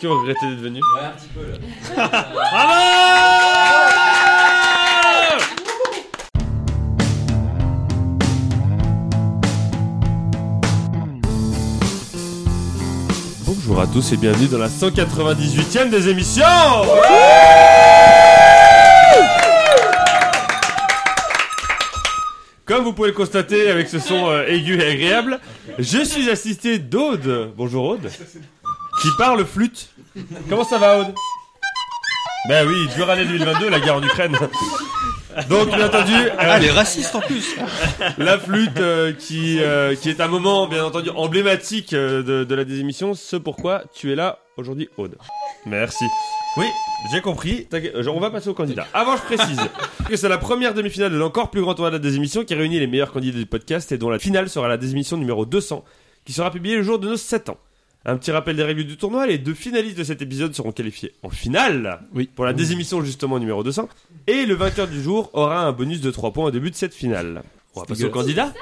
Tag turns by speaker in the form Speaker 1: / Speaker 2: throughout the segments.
Speaker 1: que vous regrettez d'être venu
Speaker 2: Ouais, un petit peu là.
Speaker 1: Bravo Bonjour à tous et bienvenue dans la 198e des émissions Comme vous pouvez le constater avec ce son euh, aigu et agréable, je suis assisté d'Aude. Bonjour Aude. Qui parle flûte. Comment ça va Aude Ben oui, dure année 2022, la guerre en Ukraine. Donc bien entendu, euh,
Speaker 3: Ah, raciste en plus
Speaker 1: la flûte euh, qui, euh, qui est un moment bien entendu emblématique euh, de, de la désémission, ce pourquoi tu es là aujourd'hui Aude. Merci. Oui, j'ai compris. T'inquiète, euh, On va passer aux candidats. Avant, je précise que c'est la première demi-finale de l'encore plus grand tournoi de la désémission qui réunit les meilleurs candidats du podcast et dont la finale sera la désémission numéro 200 qui sera publiée le jour de nos 7 ans. Un petit rappel des règles du tournoi, les deux finalistes de cet épisode seront qualifiés en finale
Speaker 3: Oui.
Speaker 1: pour la désémission justement numéro 200 et le vainqueur du jour aura un bonus de 3 points au début de cette finale. On va passer au candidat.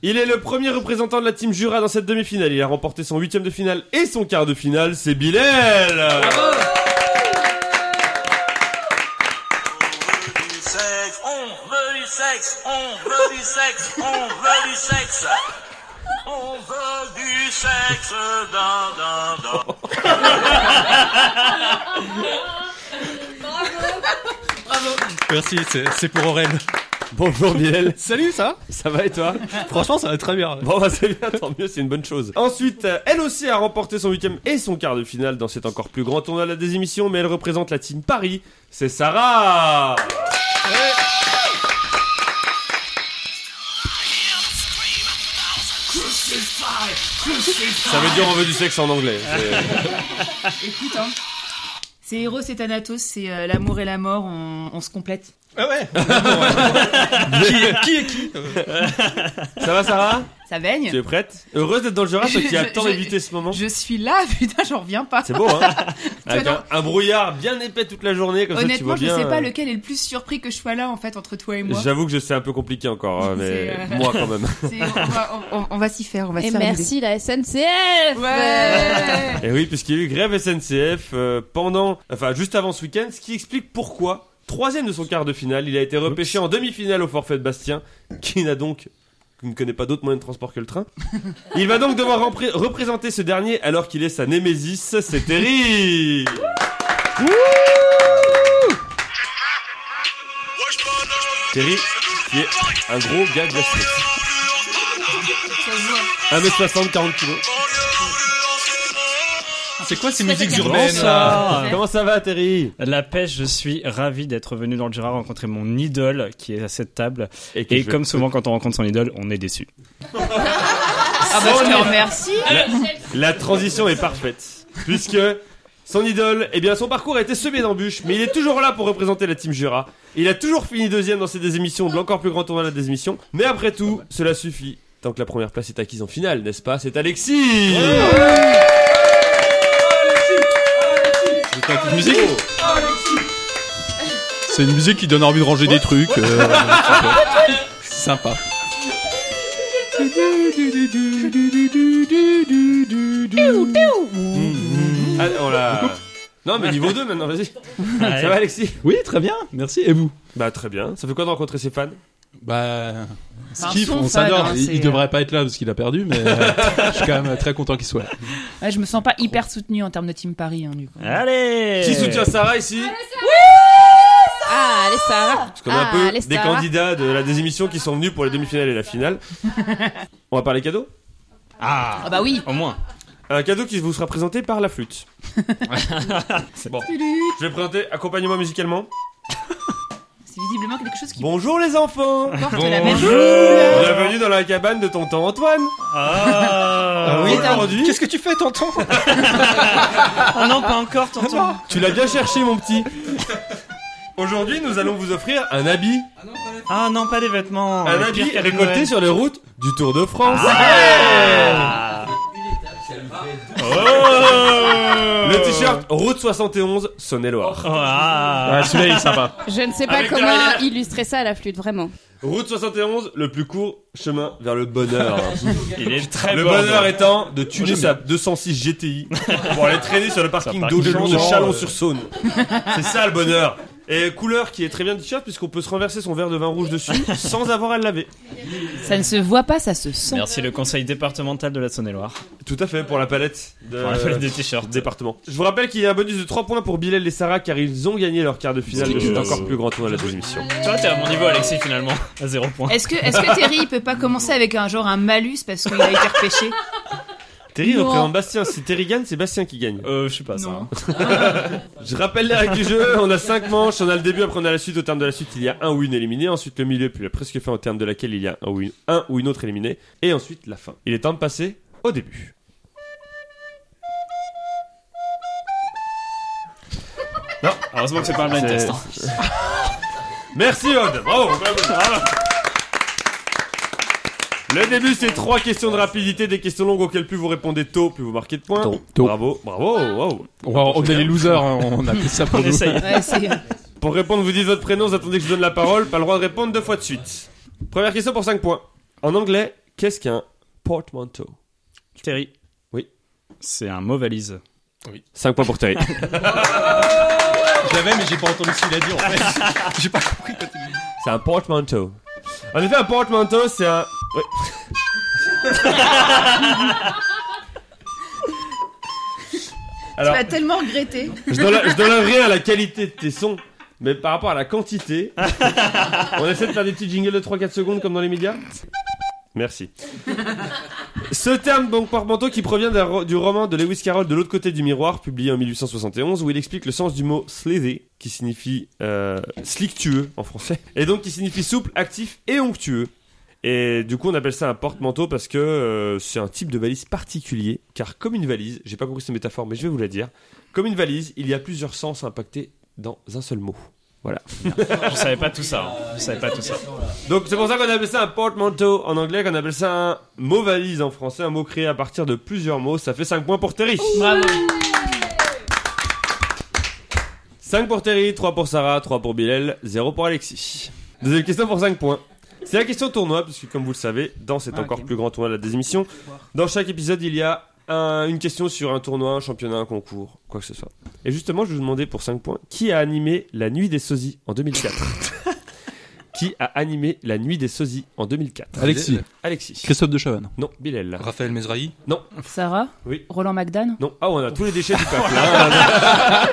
Speaker 1: Il est le premier représentant de la team Jura dans cette demi-finale. Il a remporté son huitième de finale et son quart de finale. C'est Bilal
Speaker 4: veut du sexe, on veut du sexe, on veut du sexe, on veut du sexe. On veut du sexe, dun dun dun.
Speaker 3: Merci, c'est c'est pour Aurel.
Speaker 1: Bonjour Bilal.
Speaker 3: Salut, ça
Speaker 1: Ça va et toi
Speaker 3: va Franchement, ça va très bien.
Speaker 1: Bon bah c'est bien, tant mieux, c'est une bonne chose. Ensuite, euh, elle aussi a remporté son huitième et son quart de finale dans cet encore plus grand tournoi de la désémission, mais elle représente la team Paris. C'est Sarah Ça veut dire on veut du sexe en anglais. C'est-
Speaker 5: Écoute, hein. C'est héros, c'est Thanatos, c'est euh, l'amour et la mort, on, on se complète.
Speaker 3: Ah ouais
Speaker 1: Ça va Sarah
Speaker 5: Ça
Speaker 1: Tu
Speaker 5: baigne
Speaker 1: es prête Heureuse d'être dans le Jura, ce qui a
Speaker 5: Je-
Speaker 1: tant
Speaker 5: je-
Speaker 1: évité ce moment.
Speaker 5: Je suis là, putain, j'en reviens pas.
Speaker 1: C'est beau, hein Avec
Speaker 5: non.
Speaker 1: un, un brouillard bien épais toute la journée, comme ça tu
Speaker 5: Honnêtement,
Speaker 1: vois
Speaker 5: je
Speaker 1: bien.
Speaker 5: sais pas
Speaker 1: euh,
Speaker 5: lequel est le plus surpris que je sois là en fait entre toi et moi.
Speaker 1: J'avoue que je sais un peu compliqué encore, hein, mais
Speaker 5: C'est, euh,
Speaker 1: moi quand même.
Speaker 5: C'est- On va, on- on- on va s'y faire, on va s'y
Speaker 6: Et
Speaker 5: faire.
Speaker 6: merci la SNCF
Speaker 5: l'idée. Ouais.
Speaker 1: Et oui, puisqu'il y a eu grève SNCF euh, pendant, enfin juste avant ce week-end, ce qui explique pourquoi, troisième de son quart de finale, il a été repêché en demi-finale au forfait de Bastien, qui n'a donc qui ne connaît pas d'autre moyen de transport que le train. Il va donc devoir rempré- représenter ce dernier alors qu'il est sa némésis, c'est terrible Terry, qui est un gros gars glacier. 1m60, 40 kg.
Speaker 3: C'est quoi ces musiques
Speaker 5: Comment
Speaker 3: urbaines là
Speaker 1: Comment ça va, Terry
Speaker 7: La pêche, je suis ravi d'être venu dans le Jura rencontrer mon idole qui est à cette table.
Speaker 1: que
Speaker 7: Et
Speaker 1: je-
Speaker 7: comme souvent quand on rencontre son idole, on est déçu.
Speaker 5: Ah bah je te remercie.
Speaker 1: La transition est parfaite, puisque son idole, eh bien son parcours a été semé d'embûches, mais il est toujours là pour représenter la team Jura. Il a toujours fini deuxième dans ses émissions de l'encore plus grand tournoi de la désémission, mais après tout, cela suffit. Tant que la première place est acquise en finale, n'est-ce pas C'est Alexis
Speaker 3: euh, Cette musique Oh, C'est une musique qui donne envie de ranger des trucs. euh, un petit peu. Sympa.
Speaker 1: Ah, on Ah l'a... Non mais niveau 2 maintenant, vas-y. Ça va Alexis
Speaker 3: Oui, très bien, merci. Et vous
Speaker 1: Bah très bien. Ça fait quoi de rencontrer ses fans
Speaker 3: Bah. ce
Speaker 5: Enfin,
Speaker 3: kiff,
Speaker 5: son
Speaker 3: on
Speaker 5: fan,
Speaker 3: s'adore.
Speaker 5: hein,
Speaker 3: il, il
Speaker 5: c'est-
Speaker 3: devrait pas être là parce qu'il a perdu, mais euh, je suis quand même très content qu'il soit là.
Speaker 5: Ouais, je me sens pas hyper soutenue en termes de Team Paris, hein, du coup.
Speaker 7: Allez
Speaker 1: Qui soutient Sarah ici
Speaker 6: Ah, allez, ça
Speaker 1: Parce qu'on a
Speaker 6: Ah,
Speaker 1: un peu des
Speaker 6: les stars.
Speaker 1: candidats de la désémission qui sont venus pour les demi-finales et la finale. on va parler cadeaux
Speaker 7: Ah
Speaker 5: Ah bah oui.
Speaker 7: Au moins.
Speaker 1: Un cadeau qui vous sera présenté par la flûte. bon. Je vais présenter accompagnement musicalement.
Speaker 5: C'est visiblement quelque chose qui
Speaker 1: Bonjour les enfants
Speaker 5: porte la même
Speaker 1: Bienvenue dans la cabane de tonton Antoine
Speaker 7: Ah
Speaker 1: oui, aujourd'hui,
Speaker 3: que tu fais, tonton
Speaker 7: Oh non, pas encore, tonton
Speaker 1: tu l'as bien cherché mon petit Aujourd'hui nous allons vous offrir un habit.
Speaker 7: Ah non, pas des vêtements
Speaker 1: un
Speaker 7: Les
Speaker 1: habit
Speaker 7: pires cadeaux de
Speaker 1: récolté
Speaker 7: Noël.
Speaker 1: sur les routes du Tour de France.
Speaker 7: Ah. Oh
Speaker 1: Le t-shirt Route 71 Saône-et-Loire.
Speaker 7: Ah
Speaker 3: Ah, celui-là, il est sympa.
Speaker 6: Je ne sais pas
Speaker 1: Avec
Speaker 6: comment
Speaker 1: derrière.
Speaker 6: illustrer ça à la flûte, vraiment.
Speaker 1: Route 71, le plus court chemin vers le bonheur.
Speaker 7: Il est très
Speaker 1: le
Speaker 7: bon.
Speaker 1: bonheur étant de tuner
Speaker 3: j'aime
Speaker 1: sa 206 GTI pour aller traîner sur le parking
Speaker 7: part
Speaker 1: d'Auchan de
Speaker 7: toujours,
Speaker 1: Chalon-sur-Saône. C'est ça le bonheur. Et couleur qui est très bien du t-shirt puisqu'on peut se renverser son verre de vin rouge dessus sans avoir à le laver.
Speaker 5: Ça ne se voit pas, ça se sent.
Speaker 7: Merci le conseil départemental de la Saône-et-Loire
Speaker 1: Tout à fait pour la palette. De...
Speaker 7: pour la palette des t-shirts.
Speaker 1: Département. Je vous rappelle qu'il y a un bonus de 3 points pour Bilal et Sarah car ils ont gagné leur quart de finale de
Speaker 7: C'est
Speaker 1: cet
Speaker 7: cool.
Speaker 1: encore plus grand tournoi de la émission.
Speaker 7: Toi, t'es à mon niveau, Alexis, finalement, à zéro point.
Speaker 5: Est-ce que, est-ce que Terry il peut pas commencer avec un genre un malus parce qu'il a été repêché
Speaker 1: Terry
Speaker 6: Non.
Speaker 1: représente Bastien. Si Terry gagne, c'est Bastien qui gagne.
Speaker 7: Euh, je sais pas ça.
Speaker 5: Non.
Speaker 1: Je rappelle les règles du jeu, on a 5 manches, on a le début, après on a la suite, au terme de la suite il y a un win éliminé, ensuite le milieu, puis la presque fin au terme de laquelle il y a un ou une, un ou une autre éliminé, et ensuite la fin. Il est temps de passer au début.
Speaker 7: Heureusement que c'est pas un blind
Speaker 1: C'est-
Speaker 7: test. hein.
Speaker 1: Merci Odd, bravo bravo. Le début c'est trois questions de rapidité, des questions longues auxquelles plus vous répondez tôt, plus vous marquez de points.
Speaker 3: Tôt, tôt.
Speaker 1: Bravo, bravo, wow.
Speaker 3: Wow, on est les losers, hein, on a fait ça pour
Speaker 7: On
Speaker 3: nous.
Speaker 7: essaye.
Speaker 5: Ouais, c'est-
Speaker 1: Pour répondre, vous dites votre prénom, vous attendez que je donne la parole, pas le droit de répondre deux fois de suite. Première question pour 5 points. En anglais, qu'est-ce qu'un portmanteau
Speaker 7: Terry.
Speaker 1: Oui.
Speaker 7: C'est un mot valise.
Speaker 1: 5 points pour Terry.
Speaker 3: Je l'avais, mais j'ai pas entendu ce qu'il a dit en fait. J'ai pas compris.
Speaker 1: C'est un portmanteau. En effet, un portmanteau, c'est un. Oui.
Speaker 5: Tu
Speaker 1: Alors,
Speaker 5: vas tellement regretter.
Speaker 1: je donne, je donne rien à la qualité de tes sons, mais par rapport à la quantité, on essaie de faire des petits jingles de 3-4 secondes comme dans les médias Merci. Ce terme, donc, portmanteau, qui provient d'un ro- du roman de Lewis Carroll De l'autre côté du miroir, publié en 1871, où il explique le sens du mot sleazy, qui signifie euh, slictueux en français, et donc qui signifie souple, actif et onctueux. Et du coup, on appelle ça un porte-manteau parce que euh, c'est un type de valise particulier, car comme une valise, j'ai pas compris cette métaphore, mais je vais vous la dire, comme une valise, il y a plusieurs sens impactés dans un seul mot.
Speaker 7: Je savais pas tout ça. hein. Je savais pas tout ça.
Speaker 1: Donc c'est pour ça qu'on appelle ça un portmanteau en anglais, qu'on appelle ça un mot valise en français, un mot créé à partir de plusieurs mots. Ça fait 5 points pour Terry.
Speaker 5: Bravo.
Speaker 1: 5 pour Terry, 3 pour Sarah, 3 pour Bilal, 0 pour Alexis. Deuxième question pour 5 points. C'est la question tournoi, puisque comme vous le savez, dans cet
Speaker 5: Ah,
Speaker 1: encore
Speaker 5: ok.
Speaker 1: plus grand tournoi de la désémission, dans chaque épisode il y a un- une question sur un tournoi, un championnat, un concours, quoi que ce soit. Et justement, je vous demandais pour 5 points, qui a animé la nuit des sosies en 2004 Qui a animé la nuit des sosies en 2004
Speaker 3: Alexis,
Speaker 1: Alexis.
Speaker 3: Christophe de Chavannes.
Speaker 1: Non, Bilal.
Speaker 2: Raphaël Mesrahi
Speaker 5: Sarah
Speaker 1: Oui.
Speaker 5: Roland McDan
Speaker 1: Non, ah on a tous les déchets du peuple. hein.
Speaker 7: Bah,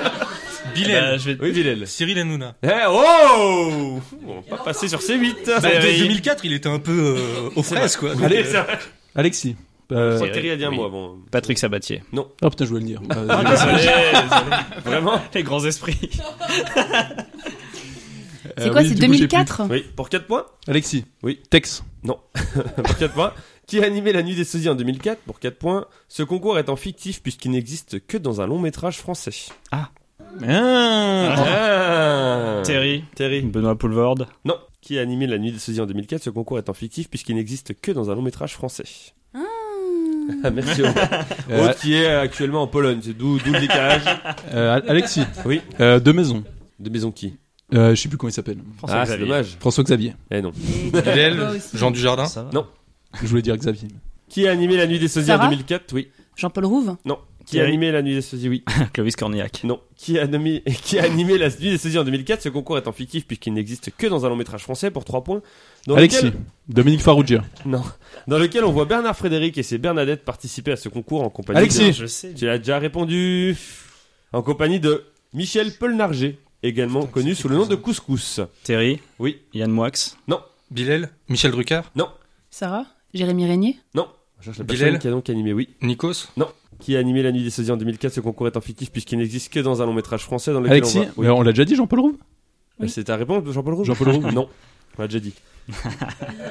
Speaker 2: Bilal
Speaker 7: je vais...
Speaker 1: oui, Bilal.
Speaker 2: Cyril Hanouna.
Speaker 1: Eh, oh On va pas passer sur C8.
Speaker 2: Bah,
Speaker 7: euh,
Speaker 2: de-
Speaker 7: il-
Speaker 2: 2004, il était un peu euh, aux fraises, quoi. Donc,
Speaker 1: Allez,
Speaker 2: euh,
Speaker 1: ça
Speaker 3: Alexis. Euh,
Speaker 1: Moi, Terry a dit un
Speaker 7: Oui.
Speaker 1: mot avant.
Speaker 7: Patrick Sabatier.
Speaker 3: Oh putain, je voulais le dire.
Speaker 1: Ah,
Speaker 3: Euh,
Speaker 7: Ah,
Speaker 3: désolé.
Speaker 1: Vraiment
Speaker 7: Les grands esprits.
Speaker 3: Euh,
Speaker 5: C'est quoi,
Speaker 3: oui,
Speaker 5: c'est
Speaker 3: du coup, j'ai plus.
Speaker 5: 2004
Speaker 1: Oui, pour 4 points.
Speaker 3: Alexis.
Speaker 1: Oui.
Speaker 3: Tex.
Speaker 1: Pour 4 points. Qui a animé la nuit des sosies en 2004 Pour 4 points. Ce concours étant fictif puisqu'il n'existe que dans un long métrage français.
Speaker 7: Ah.
Speaker 1: Ah.
Speaker 7: Terry.
Speaker 1: Terry.
Speaker 7: Benoît Poulvorde.
Speaker 1: Non. Qui a animé la nuit des sosies en 2004 Ce concours étant fictif puisqu'il n'existe que dans un long métrage français. Ah, merci. Aude.
Speaker 3: Euh,
Speaker 1: Aude qui est actuellement en Pologne. C'est d'où d'où le décalage.
Speaker 3: euh, Al- Alexis.
Speaker 1: Oui.
Speaker 3: Euh, de maison.
Speaker 1: De maison qui
Speaker 3: Euh, je sais plus comment il s'appelle.
Speaker 7: François
Speaker 1: Ah, c'est
Speaker 7: Xavier.
Speaker 1: dommage.
Speaker 3: François Xavier.
Speaker 1: Eh non.
Speaker 5: Moi
Speaker 2: Bilal,
Speaker 5: aussi.
Speaker 2: Jean Dujardin.
Speaker 7: Ça va
Speaker 3: Je voulais dire Xavier.
Speaker 1: Qui a animé la nuit des sosies en
Speaker 5: Sarah
Speaker 1: 2004 Oui.
Speaker 5: Jean-Paul Rouve
Speaker 1: Non. Qui a
Speaker 7: Terry.
Speaker 1: animé la nuit des sosies Oui.
Speaker 7: Clovis Cornillac.
Speaker 1: Non. Qui a, nommé- qui a animé la nuit des saisies en 2004 Ce concours étant fictif puisqu'il n'existe que dans un long métrage français pour 3 points. Dans
Speaker 3: Alexis.
Speaker 1: Lequel,
Speaker 3: Dominique Farrugia.
Speaker 1: non. Dans lequel on voit Bernard Frédéric et ses Bernadettes participer à ce concours en compagnie.
Speaker 3: Alexis.
Speaker 7: Je sais.
Speaker 1: de- Tu l'as déjà répondu. En compagnie de Michel Polnarger, également connu sous le nom de Couscous.
Speaker 7: Terry.
Speaker 1: Oui.
Speaker 7: Yann Moix.
Speaker 2: Bilal, Michel Drucker,
Speaker 5: Sarah Jérémy Régnier
Speaker 1: On cherche la
Speaker 2: Bilal.
Speaker 1: personne qui a donc animé, oui.
Speaker 2: Nikos.
Speaker 1: Qui a animé la nuit des saisies en 2004 Ce concours étant fictif puisqu'il n'existe que dans un long métrage français dans lequel
Speaker 3: Alexis.
Speaker 1: on voit. Oui.
Speaker 3: Euh, on l'a déjà dit, Jean-Paul Rouve
Speaker 5: Oui.
Speaker 1: C'est ta réponse, Jean-Paul Rouve
Speaker 3: Jean-Paul Rouve.
Speaker 1: Non, on l'a déjà dit.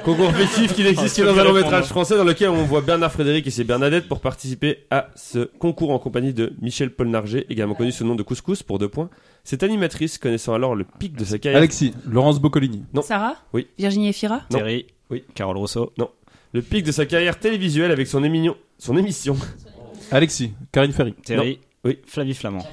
Speaker 1: Concours fictif qui n'existe que dans un long métrage français dans lequel on voit Bernard Frédéric et ses Bernadette pour participer à ce concours en compagnie de Michel Polnarger, également connu sous le nom de Couscous pour deux points. Cette animatrice connaissant alors le pic de sa carrière,
Speaker 3: Alexis. Laurence Boccolini.
Speaker 1: Non.
Speaker 5: Sarah
Speaker 1: Oui.
Speaker 5: Virginie Efira
Speaker 1: Non.
Speaker 7: Terry.
Speaker 1: Oui.
Speaker 7: Carole Rousseau.
Speaker 1: le pic de sa carrière télévisuelle avec son, émignon- son émission.
Speaker 3: Alexis. Karine Ferry.
Speaker 7: Terry.
Speaker 1: Oui.
Speaker 7: Flavie Flamand.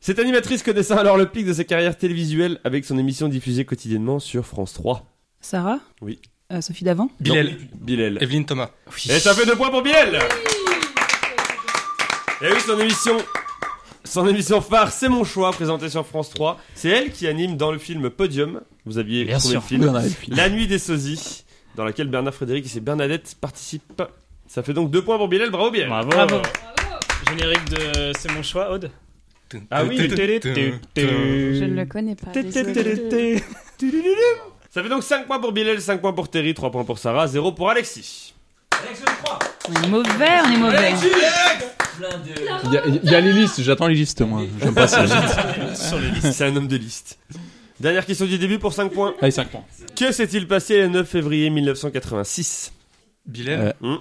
Speaker 1: Cette animatrice connaissant alors le pic de sa carrière télévisuelle avec son émission diffusée quotidiennement sur France 3.
Speaker 5: Sarah
Speaker 1: Oui.
Speaker 5: Euh, Sophie Davant
Speaker 2: Bilal.
Speaker 1: Bilel.
Speaker 2: Evelyne Thomas.
Speaker 1: Et ça fait deux points pour Bilel Et Eh oui, son émission. Son émission phare, c'est mon choix, présentée sur France 3. C'est elle qui anime dans le film Podium. Vous aviez
Speaker 7: Bien
Speaker 1: trouvé
Speaker 7: sûr.
Speaker 1: le
Speaker 3: Oui,
Speaker 1: film.
Speaker 3: on a le film.
Speaker 1: La nuit des sosies, dans laquelle Bernard Frédéric et ses Bernadette participent. Ça fait donc deux points pour Bilel, bravo Bilel
Speaker 7: Bravo. Générique de C'est mon choix, Aude.
Speaker 1: Ah oui. Euh.
Speaker 6: Je ne le connais pas. désolée.
Speaker 1: Ça fait donc 5 points pour Bilel, 5 points pour Terry, 3 points pour Sarah, 0 pour Alexis.
Speaker 5: On est mauvais, on est mauvais.
Speaker 3: Il y, a- il y a les listes, j'attends les listes moi. J'aime pas ça.
Speaker 1: C'est un homme de liste. Dernière question du début pour 5 points.
Speaker 3: Allez, 5 points.
Speaker 1: Que s'est-il passé le 9 février 1986
Speaker 2: Bilal.
Speaker 1: Euh,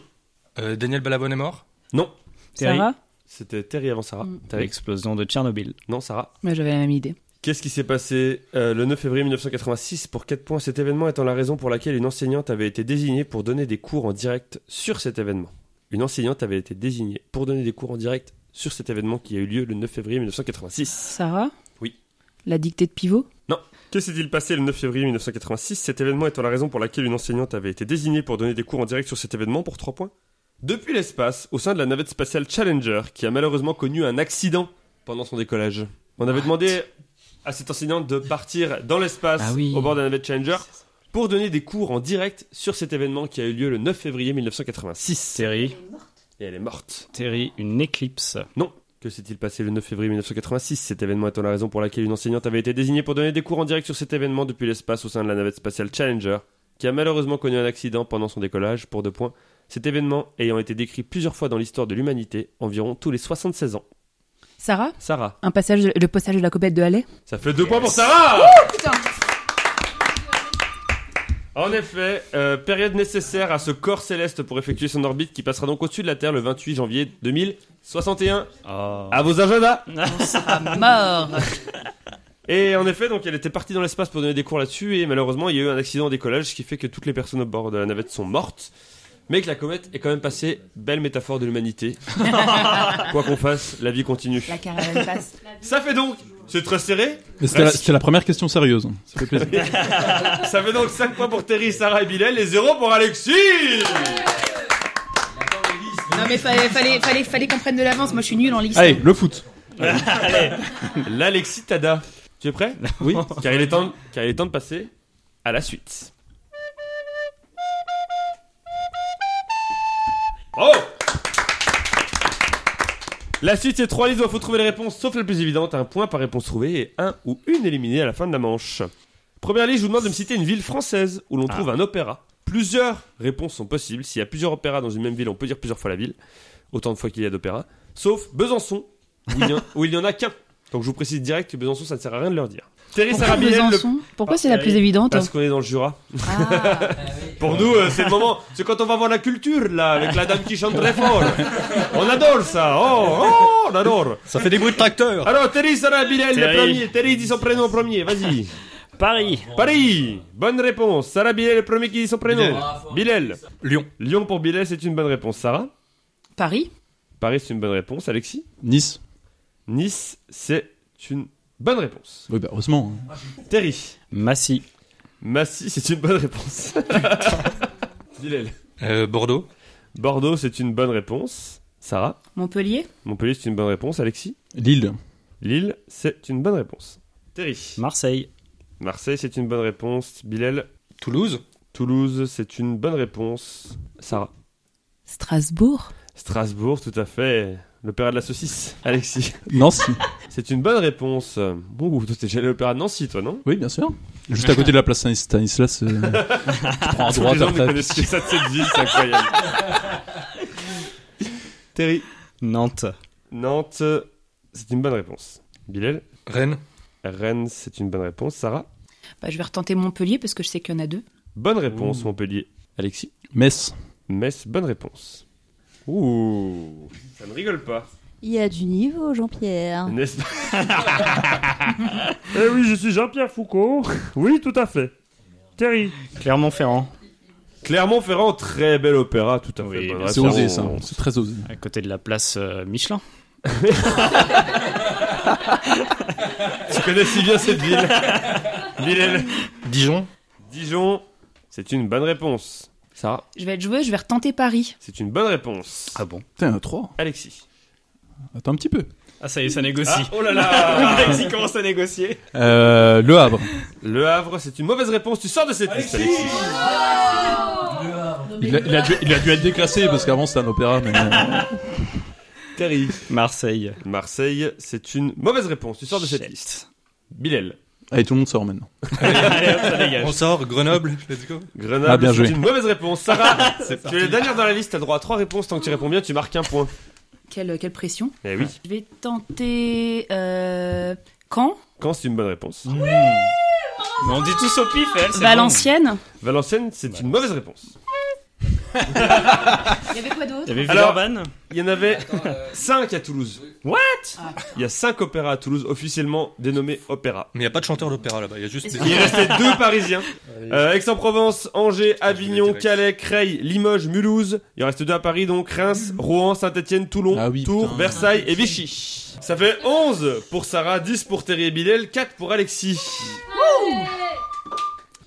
Speaker 2: Euh, Daniel Balavoine est mort.
Speaker 1: Non,
Speaker 5: Sarah
Speaker 1: c'était Terry avant Sarah.
Speaker 5: Mm.
Speaker 1: T'as Alex
Speaker 7: L'explosion de Tchernobyl.
Speaker 1: Non, Sarah.
Speaker 5: Moi, J'avais la même idée.
Speaker 1: Qu'est-ce qui s'est passé euh, le 9 février 1986 pour 4 points Cet événement étant la raison pour laquelle une enseignante avait été désignée pour donner des cours en direct sur cet événement. Une enseignante avait été désignée pour donner des cours en direct sur cet événement qui a eu lieu le 9 février 1986.
Speaker 5: Sarah
Speaker 1: Oui.
Speaker 5: La dictée de pivot
Speaker 1: Que s'est-il passé le 9 février 1986 Cet événement étant la raison pour laquelle une enseignante avait été désignée pour donner des cours en direct sur cet événement pour 3 points. Depuis l'espace, au sein de la navette spatiale Challenger, qui a malheureusement connu un accident pendant son décollage. On avait demandé à cette enseignante de partir dans l'espace
Speaker 7: Ah oui.
Speaker 1: au bord de la navette Challenger pour donner des cours en direct sur cet événement qui a eu lieu le 9 février 1986.
Speaker 7: Terry.
Speaker 1: Et elle est morte.
Speaker 7: Terry, une éclipse.
Speaker 1: Que s'est-il passé le 9 février 1986 Cet événement étant la raison pour laquelle une enseignante avait été désignée pour donner des cours en direct sur cet événement depuis l'espace au sein de la navette spatiale Challenger, qui a malheureusement connu un accident pendant son décollage pour deux points. Cet événement ayant été décrit plusieurs fois dans l'histoire de l'humanité, environ tous les 76 ans.
Speaker 5: Sarah
Speaker 1: Sarah,
Speaker 5: un passage, le passage de la copette de Halley
Speaker 1: ça fait deux points pour Sarah
Speaker 5: putain.
Speaker 1: En effet, euh, période nécessaire à ce corps céleste pour effectuer son orbite qui passera donc au-dessus de la Terre le 28 janvier 2061.
Speaker 7: Oh.
Speaker 1: À vos agendas
Speaker 5: Mort
Speaker 1: Et en effet, donc elle était partie dans l'espace pour donner des cours là-dessus, et malheureusement, il y a eu un accident au décollage, ce qui fait que toutes les personnes au bord de la navette sont mortes, mais que la comète est quand même passée. Belle métaphore de l'humanité. Quoi qu'on fasse, la vie continue.
Speaker 5: La caravane passe.
Speaker 1: Ça fait donc, c'est très serré,
Speaker 3: Mais C'était la, c'était la première question sérieuse. Ça fait plaisir.
Speaker 1: ça fait donc 5 points pour Terry, Sarah et Bilal, et 0 pour Alexis
Speaker 5: Non mais fallait, fallait, fallait, fallait qu'on prenne de l'avance, moi je suis nulle en liste.
Speaker 3: Allez, le foot.
Speaker 1: L'Alexis Tada. Tu es prêt Oui. car, il est temps, car il est temps de passer à la suite. Oh La suite, c'est trois listes où il faut trouver les réponses, sauf la plus évidente, un point par réponse trouvée et un ou une éliminée à la fin de la manche. Première liste, je vous demande de me citer une ville française où l'on
Speaker 7: Ah.
Speaker 1: trouve un opéra. Plusieurs réponses sont possibles. S'il y a plusieurs opéras dans une même ville, on peut dire plusieurs fois la ville, autant de fois qu'il y a d'opéras. Sauf Besançon, où il y en- où il n'y en a qu'un. Donc je vous précise direct que Besançon, ça ne sert à rien de leur dire. Thierry
Speaker 5: Pourquoi
Speaker 1: Sarabillel, le-
Speaker 5: Besançon Pourquoi c'est la plus évidente
Speaker 1: parce qu'on est dans le Jura.
Speaker 5: Ah.
Speaker 1: Pour nous, euh, c'est le moment. C'est quand on va voir la culture, là, avec la dame qui chante très fort. On adore ça. Oh, oh, on adore.
Speaker 2: Ça fait des bruits de tracteur.
Speaker 1: Alors, Terry Sarabilel, le
Speaker 7: Terry.
Speaker 1: premier. Terry, dis son prénom en premier, vas-y.
Speaker 7: Paris.
Speaker 1: Paris, bonne réponse. Sarabilel, le premier qui dit son prénom. Bilel.
Speaker 2: Lyon.
Speaker 1: Lyon pour Bilel, c'est une bonne réponse. Sarah,
Speaker 5: Paris
Speaker 1: Paris, c'est une bonne réponse. Alexis,
Speaker 3: Nice.
Speaker 1: Nice, c'est une bonne réponse.
Speaker 3: Oui, bah, heureusement.
Speaker 1: Terry,
Speaker 7: Massy.
Speaker 1: Massy, c'est une bonne réponse. Bilel.
Speaker 2: Euh, Bordeaux.
Speaker 1: Bordeaux, c'est une bonne réponse. Sarah,
Speaker 5: Montpellier
Speaker 1: Montpellier, c'est une bonne réponse. Alexis,
Speaker 3: Lille.
Speaker 1: Lille, c'est une bonne réponse. Terry.
Speaker 7: Marseille.
Speaker 1: Marseille, c'est une bonne réponse. Bilal.
Speaker 2: Toulouse.
Speaker 1: Toulouse, c'est une bonne réponse. Sarah.
Speaker 5: Strasbourg
Speaker 1: Strasbourg, tout à fait. L'opéra de la saucisse. Alexis.
Speaker 3: Nancy.
Speaker 1: C'est une bonne réponse. Bon, toi, t'es déjà allé à l'opéra de Nancy, toi, non
Speaker 3: Oui, bien sûr. Juste à côté de la place Saint- Stanislas. euh, tu prends à
Speaker 1: Tous les
Speaker 3: droite
Speaker 1: gens ne
Speaker 3: après.
Speaker 1: connaissent que ça de cette ville, c'est incroyable. Terry.
Speaker 7: Nantes.
Speaker 1: Nantes, c'est une bonne réponse. Bilal.
Speaker 2: Rennes.
Speaker 1: Rennes, c'est une bonne réponse. Sarah.
Speaker 5: bah, Je vais retenter Montpellier parce que je sais qu'il y en a deux.
Speaker 1: Bonne réponse, Montpellier. Alexis.
Speaker 3: Metz.
Speaker 1: Metz, bonne réponse. Ouh, ça ne rigole pas,
Speaker 6: Il y a du niveau, Jean-Pierre.
Speaker 7: Ah.
Speaker 1: n'est-ce pas Eh oui, je suis Jean-Pierre Foucault. Oui, tout à fait. Terry.
Speaker 7: Clermont-Ferrand.
Speaker 1: Clermont-Ferrand, très bel opéra, tout à fait.
Speaker 7: Oui,
Speaker 1: bonne
Speaker 7: bien
Speaker 3: C'est
Speaker 1: réponse.
Speaker 3: osé, ça. C'est très osé.
Speaker 7: À côté de la place euh, Michelin.
Speaker 1: Tu connais si bien cette ville. Bilal.
Speaker 2: Dijon.
Speaker 1: Dijon, C'est une bonne réponse. Sarah,
Speaker 5: Je vais être joueuse, je vais retenter Paris.
Speaker 1: c'est une bonne réponse.
Speaker 7: Ah bon
Speaker 3: Putain, 3.
Speaker 1: Alexis.
Speaker 3: Attends un petit peu.
Speaker 7: Ah ça y est, ça négocie.
Speaker 1: Ah, oh là là
Speaker 7: Alexis commence à négocier.
Speaker 3: Euh, le Havre.
Speaker 1: Le Havre, c'est une mauvaise réponse. Tu sors de cette liste, Alexis.
Speaker 3: Il a, il a dû, il a dû être déclassé parce qu'avant c'était un opéra. Mais... euh.
Speaker 1: Terry.
Speaker 7: Marseille.
Speaker 1: Marseille, c'est une mauvaise réponse. Tu sors de cette
Speaker 7: Shit.
Speaker 1: liste. Bilel.
Speaker 3: Allez, tout le monde sort maintenant.
Speaker 7: Allez, hop, ça dégage.
Speaker 2: On sort, Grenoble, let's go.
Speaker 1: Grenoble,
Speaker 3: Ah, bien
Speaker 1: c'est
Speaker 3: joué.
Speaker 1: une mauvaise réponse. Sarah, tu es la dernière dans la liste. T'as droit à trois réponses. Tant que tu réponds bien, tu marques un point.
Speaker 5: Quelle, quelle pression.
Speaker 1: Eh oui.
Speaker 5: Je vais tenter. Euh, Caen
Speaker 1: Quand c'est une bonne réponse.
Speaker 7: Mais on dit tous au pif, elle. c'est
Speaker 5: Valenciennes
Speaker 1: Valenciennes, c'est une mauvaise réponse.
Speaker 5: Il y avait quoi d'autre
Speaker 7: Bon. Il y avait
Speaker 1: Alors-
Speaker 7: Villeurbanne
Speaker 1: Il y en avait 5 à Toulouse. What Il y a 5 opéras à Toulouse officiellement dénommés opéras.
Speaker 2: Mais il n'y a pas de chanteur d'opéra là-bas, il y a juste
Speaker 1: Il
Speaker 2: des.
Speaker 1: restait deux parisiens.
Speaker 3: Ah
Speaker 1: Euh, Aix-en-Provence, Angers, Avignon,
Speaker 2: direct.
Speaker 1: Calais, Creil, Limoges, Mulhouse. Il en reste deux à Paris donc Reims, Rouen, Saint-Etienne, Toulon,
Speaker 3: Ah oui,
Speaker 1: Tours,
Speaker 3: putain.
Speaker 1: Versailles et Vichy. Ça fait 11 pour Sarah, 10 pour Terry et Bilal, 4 pour Alexis.